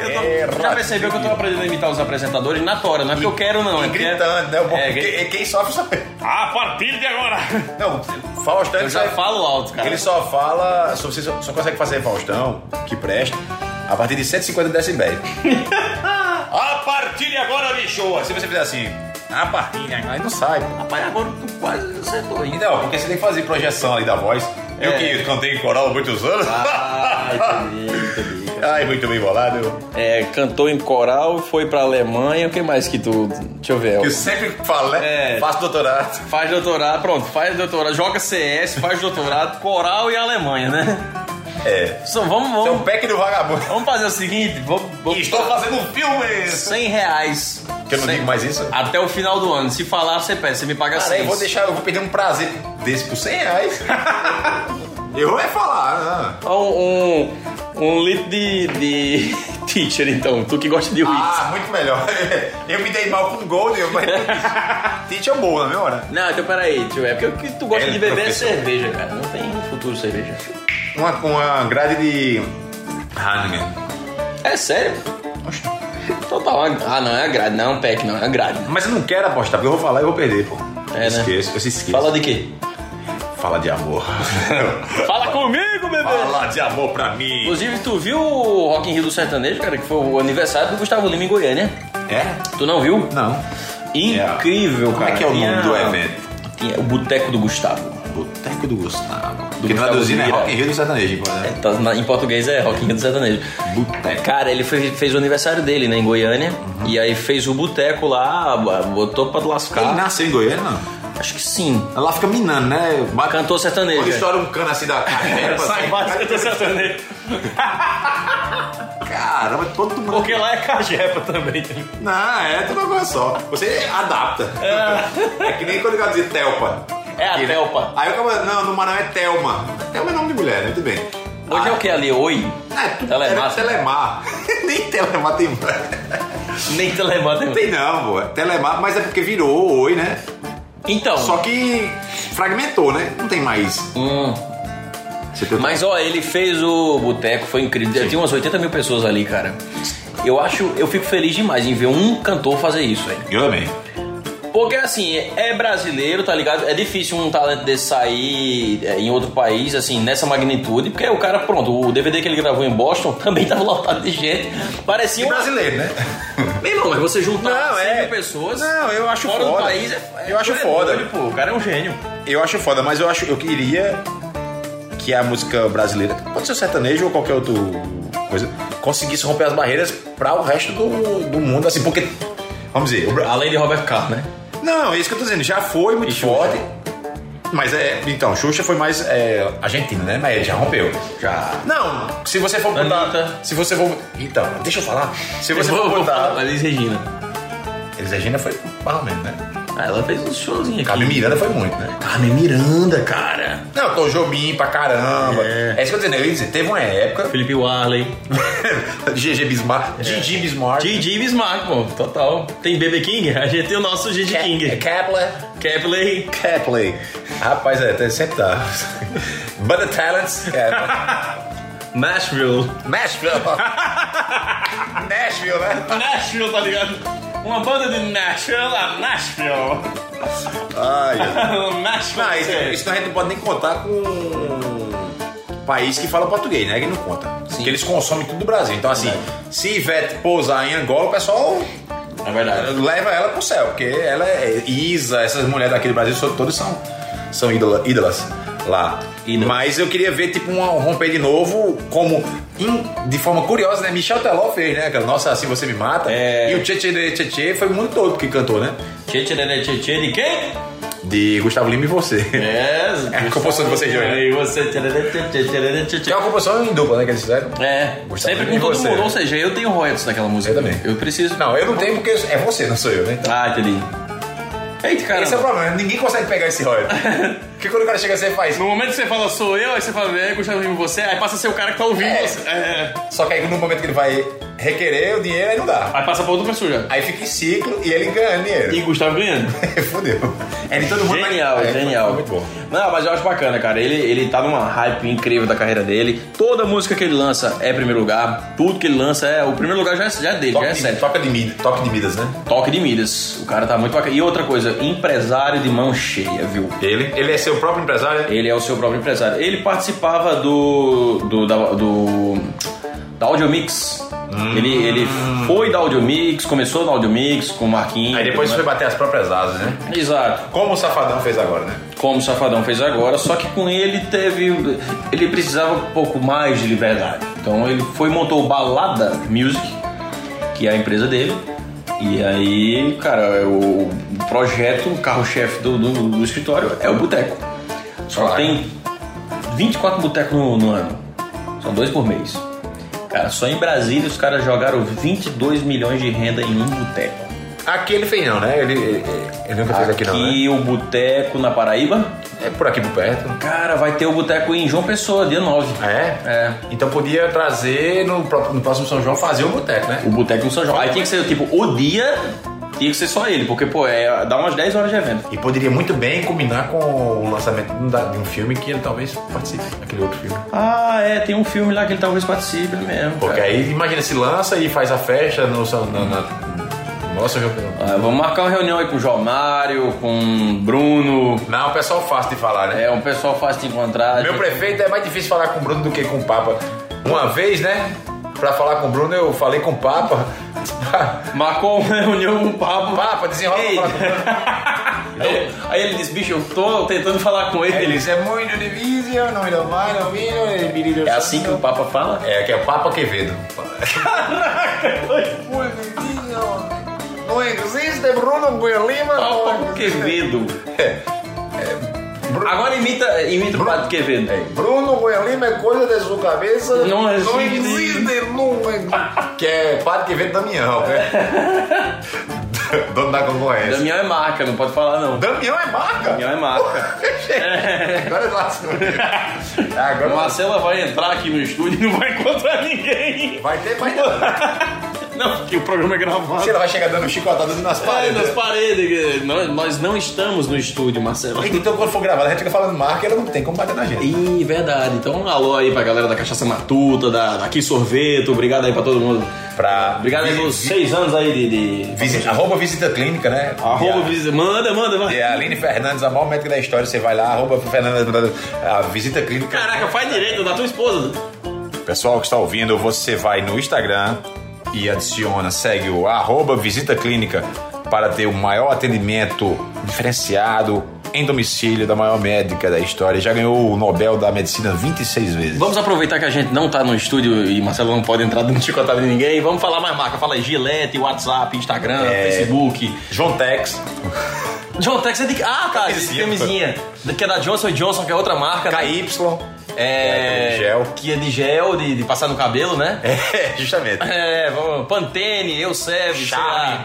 [SPEAKER 3] É,
[SPEAKER 2] Eu tô- Já percebeu que eu tô aprendendo a imitar os apresentadores na tora, não é porque eu quero, não.
[SPEAKER 3] E
[SPEAKER 2] é porque-
[SPEAKER 3] gritando, né? O bom,
[SPEAKER 2] É,
[SPEAKER 3] que-
[SPEAKER 2] gri-
[SPEAKER 3] quem, sofre sabe.
[SPEAKER 9] A partir de agora!
[SPEAKER 3] Não, Faustão
[SPEAKER 2] eu
[SPEAKER 3] ele
[SPEAKER 2] já
[SPEAKER 3] só-
[SPEAKER 2] falo alto, cara.
[SPEAKER 3] Ele só fala, só, você só só consegue fazer Faustão, que presta, a partir de 150 decibéis.
[SPEAKER 9] A partir de agora, bicho!
[SPEAKER 3] Pô, se você fizer assim, a partir, né? aí não sai. pô.
[SPEAKER 2] Rapaz, agora tu quase acertou aí.
[SPEAKER 3] Não, porque você tem que fazer projeção ali da voz. Eu que cantei em coral há muitos anos.
[SPEAKER 2] Ah, entendi, entendi.
[SPEAKER 3] Ai, muito bem bolado.
[SPEAKER 2] É, cantou em coral, foi pra Alemanha, o que mais que tu. Deixa eu ver. ó.
[SPEAKER 3] Eu sempre falo, né?
[SPEAKER 2] É.
[SPEAKER 3] Faço doutorado.
[SPEAKER 2] Faz doutorado, pronto, faz doutorado, joga CS, faz doutorado, coral e Alemanha, né?
[SPEAKER 3] É.
[SPEAKER 2] Só vamos,
[SPEAKER 3] Você é um
[SPEAKER 2] vamos,
[SPEAKER 3] pack do vagabundo.
[SPEAKER 2] vamos fazer o seguinte, vamos, vamos
[SPEAKER 3] Estou fazendo um filme.
[SPEAKER 2] 100 reais.
[SPEAKER 3] Que eu não
[SPEAKER 2] 100
[SPEAKER 3] digo mais isso.
[SPEAKER 2] Até o final do ano. Se falar, você pede, você me paga
[SPEAKER 3] Cara,
[SPEAKER 2] 100.
[SPEAKER 3] eu vou deixar, eu vou perder um prazer desse por 100 reais. eu vou é falar.
[SPEAKER 2] Ó, Um, um, um litro de, de teacher, então. Tu que gosta de whisky.
[SPEAKER 3] Ah, muito melhor. Eu me dei mal com o Gold, mas. Tite é boa na minha hora.
[SPEAKER 2] Não, então peraí, tio. É porque o que tu gosta
[SPEAKER 3] É,
[SPEAKER 2] de beber
[SPEAKER 3] professor.
[SPEAKER 2] é cerveja, cara. Não tem futuro cerveja.
[SPEAKER 3] Uma, uma grade de. Hannigan.
[SPEAKER 2] É sério? Então tá uma... Ah, não, é a grade. Não, pack, não. É a grade.
[SPEAKER 3] Mas eu não quero apostar, porque eu vou falar e vou perder, pô.
[SPEAKER 2] É, né?
[SPEAKER 3] esqueço, eu se esqueço.
[SPEAKER 2] Fala de quê?
[SPEAKER 3] Fala de amor.
[SPEAKER 2] Fala comigo, bebê!
[SPEAKER 3] Fala de amor pra mim.
[SPEAKER 2] Inclusive, tu viu o Rock in Rio do Sertanejo, cara? Que foi o aniversário do Gustavo Lima em Goiânia.
[SPEAKER 3] É?
[SPEAKER 2] Tu não viu?
[SPEAKER 3] Não.
[SPEAKER 2] Incrível,
[SPEAKER 3] Como
[SPEAKER 2] cara.
[SPEAKER 3] é que é o nome
[SPEAKER 2] Tinha-
[SPEAKER 3] do evento?
[SPEAKER 2] Tinha o Boteco do Gustavo.
[SPEAKER 3] Boteco do Gustavo.
[SPEAKER 2] Do
[SPEAKER 3] que
[SPEAKER 2] Gustavo
[SPEAKER 3] traduzindo é
[SPEAKER 2] Lira.
[SPEAKER 3] Rock in Rio do Sertanejo, pô, né?
[SPEAKER 2] Tá na- em português é Rock in Rio do Sertanejo.
[SPEAKER 3] Boteco. Uhum.
[SPEAKER 2] Cara, ele foi- fez o aniversário dele, né, em Goiânia. E aí fez o boteco lá, botou pra lascar.
[SPEAKER 3] Ele nasceu em Goiânia, não?
[SPEAKER 2] Acho que sim.
[SPEAKER 3] Ela fica minando, né? Bate-
[SPEAKER 2] Cantor sertanejo,
[SPEAKER 3] Quando
[SPEAKER 2] é.
[SPEAKER 3] estoura um cano assim da assim, carreira,
[SPEAKER 9] Sai mais que eu tô sertanejo.
[SPEAKER 3] Caramba, todo mundo.
[SPEAKER 9] Porque lá é cajepa também.
[SPEAKER 3] Não, é tudo uma coisa só. Você adapta. É, que nem quando eu dizia Telpa.
[SPEAKER 2] É a
[SPEAKER 3] Aqui, né?
[SPEAKER 2] Telpa.
[SPEAKER 3] Aí eu acabo, não, no Maranhão é Telma. Telma é nome de mulher, né? Muito bem. Ah,
[SPEAKER 2] Hoje é o que ali? Oi?
[SPEAKER 3] É, tudo
[SPEAKER 2] Telemar.
[SPEAKER 3] tele- Telemar. Nem Telemar tem mais.
[SPEAKER 2] Nem telemar tem.
[SPEAKER 3] Tem não, pô. É Telemar, mas é porque virou Oi, né?
[SPEAKER 2] Então,
[SPEAKER 3] Só que fragmentou, né? Não tem mais.
[SPEAKER 2] hum,
[SPEAKER 3] Você tem
[SPEAKER 2] mas ó, ele fez o boteco, foi incrível. Tinha umas 80 mil pessoas ali, cara. Eu acho, eu fico feliz demais em ver um cantor fazer isso, velho.
[SPEAKER 3] Eu também.
[SPEAKER 2] Porque assim, é brasileiro, tá ligado? É difícil um talento desse sair é, em outro país, assim, nessa magnitude. Porque o cara, pronto, o DVD que ele gravou em Boston também tava lotado de gente. Parecia
[SPEAKER 3] E
[SPEAKER 2] um.
[SPEAKER 3] brasileiro, né?
[SPEAKER 2] Meu irmão, mas você juntar
[SPEAKER 3] Não,
[SPEAKER 2] 100
[SPEAKER 3] é.
[SPEAKER 2] Tá, mil pessoas.
[SPEAKER 3] Não, eu acho
[SPEAKER 2] fora
[SPEAKER 3] foda.
[SPEAKER 2] do país é, é
[SPEAKER 3] Eu acho
[SPEAKER 2] é
[SPEAKER 3] foda.
[SPEAKER 2] doido, pô, o cara é um gênio.
[SPEAKER 3] Eu acho foda, mas eu acho. Eu queria que a música brasileira, pode ser o sertanejo ou qualquer outra coisa, conseguisse romper as barreiras pra o resto do, do mundo, assim, porque. Vamos dizer, o Bra-
[SPEAKER 2] Além de Robert Carlos, né?
[SPEAKER 3] Não, é isso que eu tô dizendo. Já foi muito forte. Mas é. Então, Xuxa foi mais é, argentina, né? Mas ele já rompeu. Já. Não, se você for
[SPEAKER 2] Anitta.
[SPEAKER 3] botar. Se você for. Então, deixa eu falar. Se você
[SPEAKER 2] Eu
[SPEAKER 3] for
[SPEAKER 2] vou
[SPEAKER 3] botar.
[SPEAKER 2] falar, Elis Regina.
[SPEAKER 3] Elis Regina foi mais ou menos, né?
[SPEAKER 2] Ah, ela fez uns showzinhos aqui.
[SPEAKER 3] Carmen Miranda foi muito, né?
[SPEAKER 2] Carmen Miranda, cara.
[SPEAKER 3] Não, Tom Jobim pra caramba. É, isso que eu tô dizendo. Eu ia dizer, teve uma época.
[SPEAKER 2] Felipe Warley.
[SPEAKER 3] GG Bismarck. Didi Bismarck.
[SPEAKER 2] Didi Bismarck, pô, total. Tem BB King? A gente tem o nosso Gigi
[SPEAKER 3] É
[SPEAKER 2] King.
[SPEAKER 3] Kepler.
[SPEAKER 2] Kepler.
[SPEAKER 3] Kepler. Rapaz, é, tem- sempre tá. Butter Talents. É,
[SPEAKER 2] Nashville.
[SPEAKER 3] Nashville. Nashville, né?
[SPEAKER 9] Nashville, tá ligado? Uma banda de Nashville, a Nashville.
[SPEAKER 3] Ai,
[SPEAKER 9] Nashville.
[SPEAKER 2] Ah,
[SPEAKER 3] não, isso,
[SPEAKER 9] é.
[SPEAKER 3] isso a gente não pode nem contar com um país que fala português, né? Que não conta. Porque eles consomem tudo do Brasil. Então, assim, se Ivete pousar em Angola, o pessoal
[SPEAKER 2] É verdade.
[SPEAKER 3] leva ela pro céu. Porque ela é Isa, essas mulheres daqui do Brasil, são- todas são, são ídola- ídolas lá.
[SPEAKER 2] Ídolas.
[SPEAKER 3] Mas eu queria ver, tipo, um romper de novo, como, em- de forma curiosa, né? Michel Teló fez, né? Aquela, Nossa, assim você me mata.
[SPEAKER 2] É.
[SPEAKER 3] E o Tchê Tchê Tchê Tchê Tchê foi o mundo todo que cantou, né?
[SPEAKER 2] Tchê, tchê, tchê, tchê, tchê, de quem?
[SPEAKER 3] De Gustavo Lima e você.
[SPEAKER 2] É,
[SPEAKER 3] a composição de vocês dois, né?
[SPEAKER 2] E você, tchê, tchê, tchê, tchê, tchê,
[SPEAKER 3] Que
[SPEAKER 2] tchê.
[SPEAKER 3] é uma composição em dupla, né? Que eles fizeram.
[SPEAKER 2] É,
[SPEAKER 3] Gostava
[SPEAKER 2] sempre
[SPEAKER 3] de
[SPEAKER 2] com todo
[SPEAKER 3] você,
[SPEAKER 2] mundo.
[SPEAKER 3] né?
[SPEAKER 2] Ou seja, eu tenho royalties daquela música.
[SPEAKER 3] Eu também.
[SPEAKER 2] Eu preciso.
[SPEAKER 3] Não, eu não tenho porque é você, não sou eu, né? é Então,
[SPEAKER 2] Ah, entendi. Eita, cara.
[SPEAKER 3] esse é o problema, ninguém consegue pegar esse royalty. Porque quando o cara chega assim, ele faz.
[SPEAKER 2] No momento que você fala sou eu, aí você fala, é, Gustavo Lima, você, aí passa a ser o cara que tá ouvindo
[SPEAKER 3] É.
[SPEAKER 2] você. É.
[SPEAKER 3] Só que aí no momento que ele vai requerer o dinheiro, aí não dá.
[SPEAKER 2] Aí passa pra outra pessoa já.
[SPEAKER 3] Aí fica em ciclo e ele ganha dinheiro.
[SPEAKER 2] E Gustavo ganhando.
[SPEAKER 3] Fudeu. É de todo mundo.
[SPEAKER 2] Genial,
[SPEAKER 3] É,
[SPEAKER 2] genial.
[SPEAKER 3] Muito bom.
[SPEAKER 2] Não, mas eu acho bacana, cara. Ele, ele tá numa hype incrível da carreira dele. Toda música que ele lança é primeiro lugar. Tudo que ele lança é. O primeiro lugar já é, já é dele, já
[SPEAKER 3] Toque
[SPEAKER 2] é
[SPEAKER 3] de,
[SPEAKER 2] sério.
[SPEAKER 3] toca de Mid- toque de Midas, né?
[SPEAKER 2] Toque de milhas. O cara tá muito bacana. E outra coisa, empresário de mão cheia, viu?
[SPEAKER 3] Ele, ele é seu próprio empresário?
[SPEAKER 2] Ele é o seu próprio empresário. Ele participava do. do. da, do, da Audio Mix.
[SPEAKER 3] Hum.
[SPEAKER 2] Ele, ele foi da Audio Mix, começou na Audio Mix com o Marquinhos.
[SPEAKER 3] Aí depois foi bater as próprias asas, né?
[SPEAKER 2] Exato.
[SPEAKER 3] Como o Safadão fez agora, né?
[SPEAKER 2] Como o Safadão fez agora, só que com ele teve. Ele precisava um pouco mais de liberdade. Então ele foi e montou o Balada Music, que é a empresa dele. E aí, cara, é o o projeto, o carro-chefe do, do- do escritório é o boteco. Só
[SPEAKER 3] Claro.
[SPEAKER 2] tem 24 botecos no, no ano. São dois por mês. Cara, só em Brasília os caras jogaram 22 milhões de renda em um boteco.
[SPEAKER 3] Aqui ele fez não, né? Ele, ele, ele nunca fez aqui,
[SPEAKER 2] Aqui,
[SPEAKER 3] não, né?
[SPEAKER 2] o boteco na Paraíba,
[SPEAKER 3] É por aqui por perto.
[SPEAKER 2] Cara, vai ter o boteco em João Pessoa, dia 9.
[SPEAKER 3] Ah, é?
[SPEAKER 2] É.
[SPEAKER 3] Então podia trazer no, pró- no próximo São João fazer o boteco, né?
[SPEAKER 2] O boteco no São João. Aí tinha que ser, tipo, o dia tinha que ser só ele, porque, pô, é, dá umas 10 horas de evento.
[SPEAKER 3] E poderia muito bem combinar com o lançamento de um da- de um filme que ele talvez participe, aquele outro filme.
[SPEAKER 2] Ah, é, tem um filme lá que ele talvez participe é mesmo.
[SPEAKER 3] Porque
[SPEAKER 2] cara.
[SPEAKER 3] aí, imagina, se lança e faz a festa no, São- na, na, Nossa, meu Deus.
[SPEAKER 2] Ah, vamos marcar uma reunião aí com o João Mário, com o Bruno.
[SPEAKER 3] Não, o pessoal fácil de falar, né?
[SPEAKER 2] É, um pessoal fácil de encontrar.
[SPEAKER 3] Meu
[SPEAKER 2] gente.
[SPEAKER 3] prefeito é mais difícil falar com o Bruno do que com o Papa. Uma vez, né? Pra falar com o Bruno, eu falei com o Papa.
[SPEAKER 2] Marcou uma reunião, um papo.
[SPEAKER 3] Papa, desenrola pra
[SPEAKER 2] Ei.
[SPEAKER 3] falar com o Bruno.
[SPEAKER 2] Aí, aí ele disse, bicho, eu tô tentando falar com ele.
[SPEAKER 3] Eles é muito difícil, não me dá mais, não me dá mais, me dá
[SPEAKER 2] É assim que o Papa fala?
[SPEAKER 3] É, que é o Papa Quevedo. Não existe Bruno Guilherme.
[SPEAKER 2] Papa Quevedo. Agora imita, imita o Padre Quevedo.
[SPEAKER 3] Bruno Guilherme é coisa da sua cabeça.
[SPEAKER 2] Não existe.
[SPEAKER 3] nunca. Que é Padre Quevedo Damião, né? Dono da concorrência.
[SPEAKER 2] Damião é marca, não pode falar não.
[SPEAKER 3] Damião é marca?
[SPEAKER 2] Damião é marca.
[SPEAKER 3] Agora é lascou. É, Agora
[SPEAKER 2] Marcela vai entrar aqui no estúdio e não vai encontrar ninguém.
[SPEAKER 3] vai ter mais nada.
[SPEAKER 2] Não, porque o programa é gravado.
[SPEAKER 3] Se ela vai chegar dando chicotadas nas
[SPEAKER 2] Ai,
[SPEAKER 3] paredes.
[SPEAKER 2] É, nas paredes. que Nós, nós não estamos no estúdio, Marcela.
[SPEAKER 3] Então quando for gravada, a gente fica falando marca e ela não tem como bater na gente.
[SPEAKER 2] Ih, verdade. Então, um alô aí pra galera da Cachaça Matuta, da, daqui Sorveto. Obrigado aí pra todo mundo.
[SPEAKER 3] Pra
[SPEAKER 2] Obrigado aí
[SPEAKER 3] vi-
[SPEAKER 2] pelos
[SPEAKER 3] vi-
[SPEAKER 2] seis anos aí de... de...
[SPEAKER 3] Visita, arroba visita clínica, né?
[SPEAKER 2] Arroba,
[SPEAKER 3] visita.
[SPEAKER 2] visita- manda, manda, vai.
[SPEAKER 3] E a Aline Fernandes, a maior médica da história, você vai lá, arroba Fernanda, a visita clínica.
[SPEAKER 2] Caraca, faz direito da tua esposa.
[SPEAKER 3] Pessoal que está ouvindo, você vai no Instagram e adiciona, segue o arroba Visita Clínica para ter o maior atendimento diferenciado em domicílio da maior médica da história. Já ganhou o Nobel da Medicina 26 vezes.
[SPEAKER 2] Vamos aproveitar que a gente não tá no estúdio e Marcelo não pode entrar dando chicotada de ninguém. Vamos falar mais marca. Fala aí, Gillette, WhatsApp, Instagram,
[SPEAKER 3] É.
[SPEAKER 2] Facebook.
[SPEAKER 3] João Tex,
[SPEAKER 2] John Tex é de... Ah, tá, esse
[SPEAKER 3] Camisinha.
[SPEAKER 2] camisinha. Que é da Johnson Johnson, que é outra marca. né?
[SPEAKER 3] KY,
[SPEAKER 2] É...
[SPEAKER 3] É, de gel.
[SPEAKER 2] Que é de gel, de, de passar no cabelo, né?
[SPEAKER 3] é, justamente,
[SPEAKER 2] É, vamos... Pantene, Elseve,
[SPEAKER 3] Charme.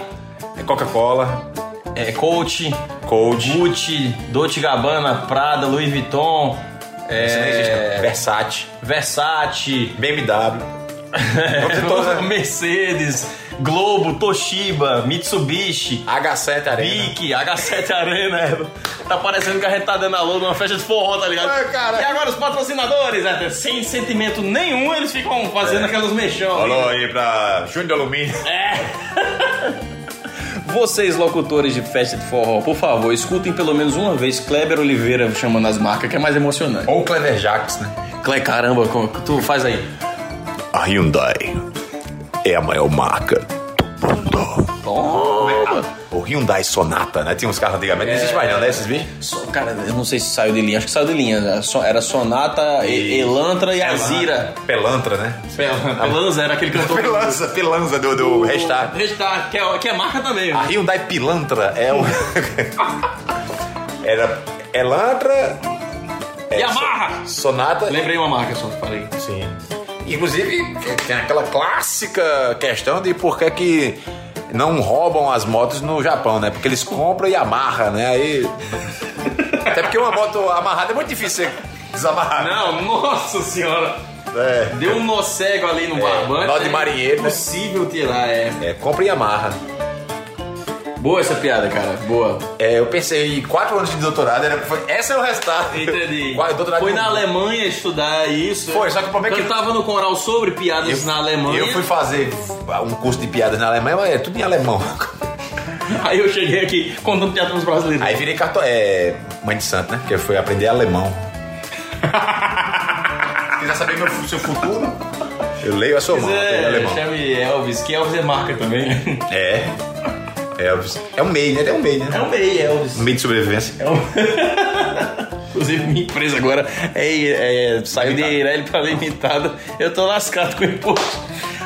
[SPEAKER 3] Coca-Cola,
[SPEAKER 2] É, Coach,
[SPEAKER 3] Cold,
[SPEAKER 2] Gucci, Dolce Gabbana, Prada, Louis Vuitton, é,
[SPEAKER 3] Versace,
[SPEAKER 2] Versace,
[SPEAKER 3] BMW, Vamos dizer todos,
[SPEAKER 2] É.
[SPEAKER 3] né?
[SPEAKER 2] Mercedes, Globo, Toshiba, Mitsubishi,
[SPEAKER 3] H7 Arena.
[SPEAKER 2] Bic, H7 Arena. Tá parecendo que a gente tá dando alô numa festa de forró, tá ligado?
[SPEAKER 3] É, cara.
[SPEAKER 2] E agora os patrocinadores, né? sem sentimento nenhum, eles ficam
[SPEAKER 3] É.
[SPEAKER 2] fazendo aquelas mexão.
[SPEAKER 3] Falou aí pra Júnior de Alumínio.
[SPEAKER 2] Vocês, locutores de festa de forró, por favor, escutem pelo menos uma vez Kleber Oliveira chamando as marcas, que é mais emocionante.
[SPEAKER 3] Ou Clever Jax, né?
[SPEAKER 2] Cle, caramba, como- tu faz aí.
[SPEAKER 3] A Hyundai é a maior marca do mundo.
[SPEAKER 2] Toma!
[SPEAKER 3] O Hyundai Sonata, né? Tinha uns carros antigamente. Não existe mais não, né? Esses bichos?
[SPEAKER 2] Só- Cara, eu não sei se saiu de linha, acho que saiu de linha. né? So- Era Sonata, E- Elantra e Azira.
[SPEAKER 3] Pelantra, né?
[SPEAKER 2] Pelanza era aquele cantor.
[SPEAKER 3] Pelanza, Pelanza do, do Restart.
[SPEAKER 2] Restart, que é, que é marca também.
[SPEAKER 3] A
[SPEAKER 2] né?
[SPEAKER 3] Hyundai Pilantra é o... Era Elantra, é,
[SPEAKER 2] e a Marra!
[SPEAKER 3] Sonata...
[SPEAKER 2] Lembrei uma marca só, falei.
[SPEAKER 3] Sim. Inclusive, tem aquela clássica questão de por que que não roubam as motos no Japão, né? Porque eles compram e amarram, né? Aí... Até porque uma moto amarrada é muito difícil você desamarrar. né?
[SPEAKER 2] Não, nossa senhora.
[SPEAKER 3] É.
[SPEAKER 2] Deu um nó cego ali no barbante.
[SPEAKER 3] nó de
[SPEAKER 2] é
[SPEAKER 3] marinheiro, né?
[SPEAKER 2] Impossível tirar, é.
[SPEAKER 3] É, compra e amarra.
[SPEAKER 2] Boa essa piada, cara. Boa.
[SPEAKER 3] É, eu pensei, quatro anos de doutorado, era, foi, esse é o resultado.
[SPEAKER 2] Entendi.
[SPEAKER 3] Qual é o doutorado
[SPEAKER 2] Foi
[SPEAKER 3] que eu-
[SPEAKER 2] na Alemanha estudar isso.
[SPEAKER 3] Foi, só que o problema é que-
[SPEAKER 2] Eu tava no coral sobre piadas na Alemanha.
[SPEAKER 3] Eu fui fazer um curso de piadas na Alemanha, mas é tudo em alemão.
[SPEAKER 2] Aí eu cheguei aqui contando piada pros brasileiros.
[SPEAKER 3] Aí virei cartão. É. Mãe de santo, né? Porque eu fui aprender alemão. Quiser saber meu, fu- seu futuro? Eu leio a sua mão, eu aprendo
[SPEAKER 2] é,
[SPEAKER 3] alemão.
[SPEAKER 2] chame Elvis, que Elvis é marca também.
[SPEAKER 3] É. Elvis. É um meio, né? É um meio,
[SPEAKER 2] É
[SPEAKER 3] né?
[SPEAKER 2] um meio Elvis.
[SPEAKER 3] Um meio de sobrevivência.
[SPEAKER 2] É um- Inclusive, minha empresa agora é, é, saiu de Eireli pra limitada. Eu tô lascado com o imposto.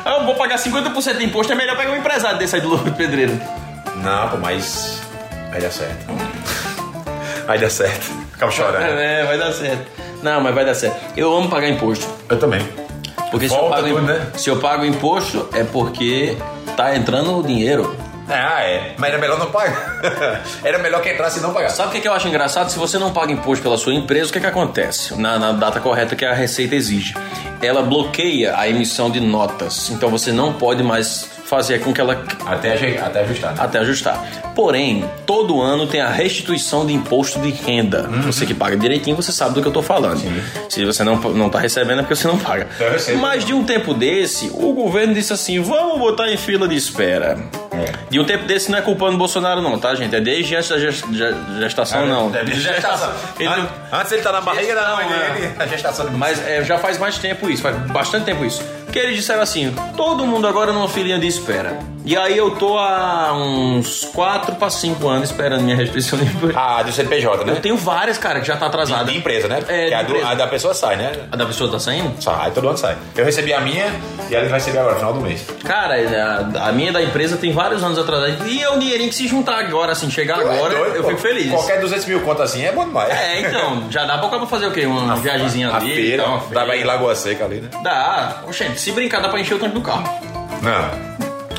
[SPEAKER 2] Ah, eu vou pagar 50% de imposto, é melhor pegar um empresário desse aí do Lobo Pedreiro.
[SPEAKER 3] Não, pô, mas. Vai dar certo. Vai dar certo. Acaba chorando.
[SPEAKER 2] É, vai dar certo. Não, mas vai dar certo. Eu amo pagar imposto.
[SPEAKER 3] Eu também.
[SPEAKER 2] Porque se eu,
[SPEAKER 3] Volta
[SPEAKER 2] pago,
[SPEAKER 3] tudo,
[SPEAKER 2] im-
[SPEAKER 3] né?
[SPEAKER 2] se eu pago imposto, é porque tá entrando o dinheiro.
[SPEAKER 3] Ah, é. Mas era melhor não pagar. Era melhor que entrasse e não pagasse.
[SPEAKER 2] Sabe o que que eu acho engraçado? Se você não paga imposto pela sua empresa, o que, que acontece? Na, na data correta que a Receita exige. Ela bloqueia a emissão de notas. Então você não pode mais fazer com que ela
[SPEAKER 3] Até, aje- até ajustar. né?
[SPEAKER 2] até ajustar. Porém, todo ano tem a restituição de imposto de renda.
[SPEAKER 3] Uhum.
[SPEAKER 2] Você que paga direitinho, você sabe do que eu tô falando. Se você não, não tá recebendo, é porque você não paga.
[SPEAKER 3] Eu recebo.
[SPEAKER 2] Mas de um tempo desse, o governo disse assim: vamos botar em fila de espera. De um tempo desse não é culpando o Bolsonaro, não, tá, gente? É desde antes da ges- ge- gestação, não.
[SPEAKER 3] É, de gestação.
[SPEAKER 2] Ele não- é
[SPEAKER 3] An- Antes ele tá na barriga né? da mãe
[SPEAKER 2] Gestação,
[SPEAKER 3] dele, a gestação de
[SPEAKER 2] Mas é, já faz mais tempo isso, faz bastante tempo isso. Que eles disseram assim: todo mundo agora numa filinha de espera. E aí eu tô há uns 4 para 5 anos esperando minha restrição de emprego.
[SPEAKER 3] Ah, do CNPJ,
[SPEAKER 2] Eu tenho várias, cara, que já tá atrasada.
[SPEAKER 3] De empresa, né?
[SPEAKER 2] É,
[SPEAKER 3] que
[SPEAKER 2] de
[SPEAKER 3] a, do-
[SPEAKER 2] empresa.
[SPEAKER 3] a da pessoa sai, né?
[SPEAKER 2] A da pessoa tá saindo?
[SPEAKER 3] Sai, todo ano sai. Eu recebi a minha e ela vai receber agora, final do mês.
[SPEAKER 2] Cara, é, a, a minha da empresa tem vários anos atrasada. E é um dinheirinho que se juntar agora, assim, chegar agora,
[SPEAKER 3] É doido,
[SPEAKER 2] eu
[SPEAKER 3] pô.
[SPEAKER 2] fico feliz.
[SPEAKER 3] Qualquer 200 mil conto assim é bom demais.
[SPEAKER 2] É, então, já dá pra acaba fazer o quê? Uma viagemzinha
[SPEAKER 3] A
[SPEAKER 2] ali. e
[SPEAKER 3] feira,
[SPEAKER 2] tal, uma
[SPEAKER 3] dá
[SPEAKER 2] feira.
[SPEAKER 3] pra ir em Lagoa Seca ali, né?
[SPEAKER 2] Dá. Oxente, se brincar, dá pra encher o tanque do carro.
[SPEAKER 3] Não.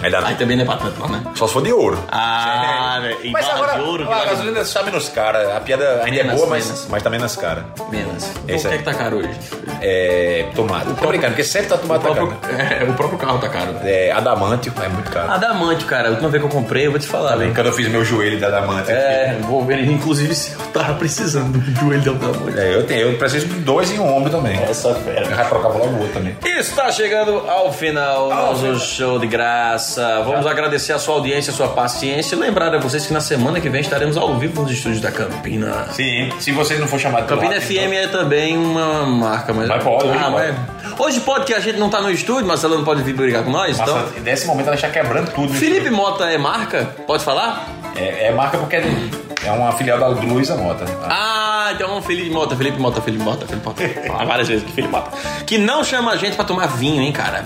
[SPEAKER 3] Aí dá
[SPEAKER 2] Aí
[SPEAKER 3] não.
[SPEAKER 2] também não é pra tanto, não, né?
[SPEAKER 3] Só se for de ouro.
[SPEAKER 2] Ah, velho.
[SPEAKER 3] Mas agora,
[SPEAKER 2] de ouro,
[SPEAKER 3] a gasolina está menos cara. A piada ainda é
[SPEAKER 2] Menos,
[SPEAKER 3] boa, mas,
[SPEAKER 2] menos.
[SPEAKER 3] mas tá menos cara.
[SPEAKER 2] Menos. Então, o que
[SPEAKER 3] Esse
[SPEAKER 2] é
[SPEAKER 3] aí.
[SPEAKER 2] que tá caro hoje?
[SPEAKER 3] É. Tomate. Tô brincando, porque sempre tá tomate
[SPEAKER 2] O
[SPEAKER 3] tá
[SPEAKER 2] próprio,
[SPEAKER 3] caro.
[SPEAKER 2] é, o próprio carro tá caro.
[SPEAKER 3] É, adamante é muito caro.
[SPEAKER 2] Adamante, cara, a última vez que eu comprei, eu vou te falar, velho.
[SPEAKER 3] Quando eu fiz meu joelho de adamante.
[SPEAKER 2] É, vou ver, inclusive, se eu tava precisando do joelho de Adamante.
[SPEAKER 3] É, eu tenho, eu preciso de dois em um ombro também.
[SPEAKER 2] É,
[SPEAKER 3] Essa fera. Eu já trocava logo outro também.
[SPEAKER 2] Está chegando ao final do nosso show de graça. Vamos agradecer a sua audiência, a sua paciência. E lembrar a vocês que na semana que vem estaremos ao vivo nos estúdios da Campina.
[SPEAKER 3] Sim, se você não for chamado pelo
[SPEAKER 2] Campina
[SPEAKER 3] ato,
[SPEAKER 2] FM é também uma marca, mas.
[SPEAKER 3] Mas pode, hoje
[SPEAKER 2] ah,
[SPEAKER 3] pode.
[SPEAKER 2] mas- Hoje pode, que a gente não tá no estúdio, mas ela não pode vir brigar com nós,
[SPEAKER 3] então,
[SPEAKER 2] então.
[SPEAKER 3] Nossa, nesse momento ela está quebrando tudo. né?
[SPEAKER 2] Felipe Mota é marca? Pode falar?
[SPEAKER 3] É, é marca porque é, é uma filial da Luiza Mota.
[SPEAKER 2] Ah, então Felipe Mota, Felipe Mota, Felipe Mota, Felipe Mota. Fala várias vezes que Felipe Mota. Que não chama a gente pra tomar vinho, hein, cara?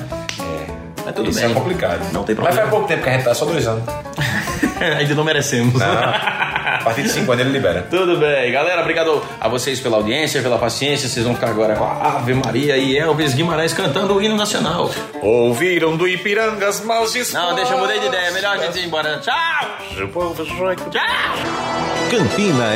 [SPEAKER 2] Mas tudo
[SPEAKER 3] Isso
[SPEAKER 2] bem.
[SPEAKER 3] é complicado.
[SPEAKER 2] Não tem
[SPEAKER 3] Mas faz
[SPEAKER 2] problema.
[SPEAKER 3] pouco tempo que a gente tá só dois anos.
[SPEAKER 2] Ainda não merecemos.
[SPEAKER 3] Ah, A partir de cinco anos ele libera.
[SPEAKER 2] Tudo bem, galera. Obrigado a vocês pela audiência, pela paciência. Vocês vão ficar agora com a Ave Maria e Elvis Guimarães cantando o hino nacional.
[SPEAKER 3] Ouviram do Ipiranga as maus discursos.
[SPEAKER 2] Não, deixa eu é mudei de ideia. Melhor a gente ir embora. Tchau!
[SPEAKER 3] O povo joia.
[SPEAKER 2] Tchau!
[SPEAKER 4] Campina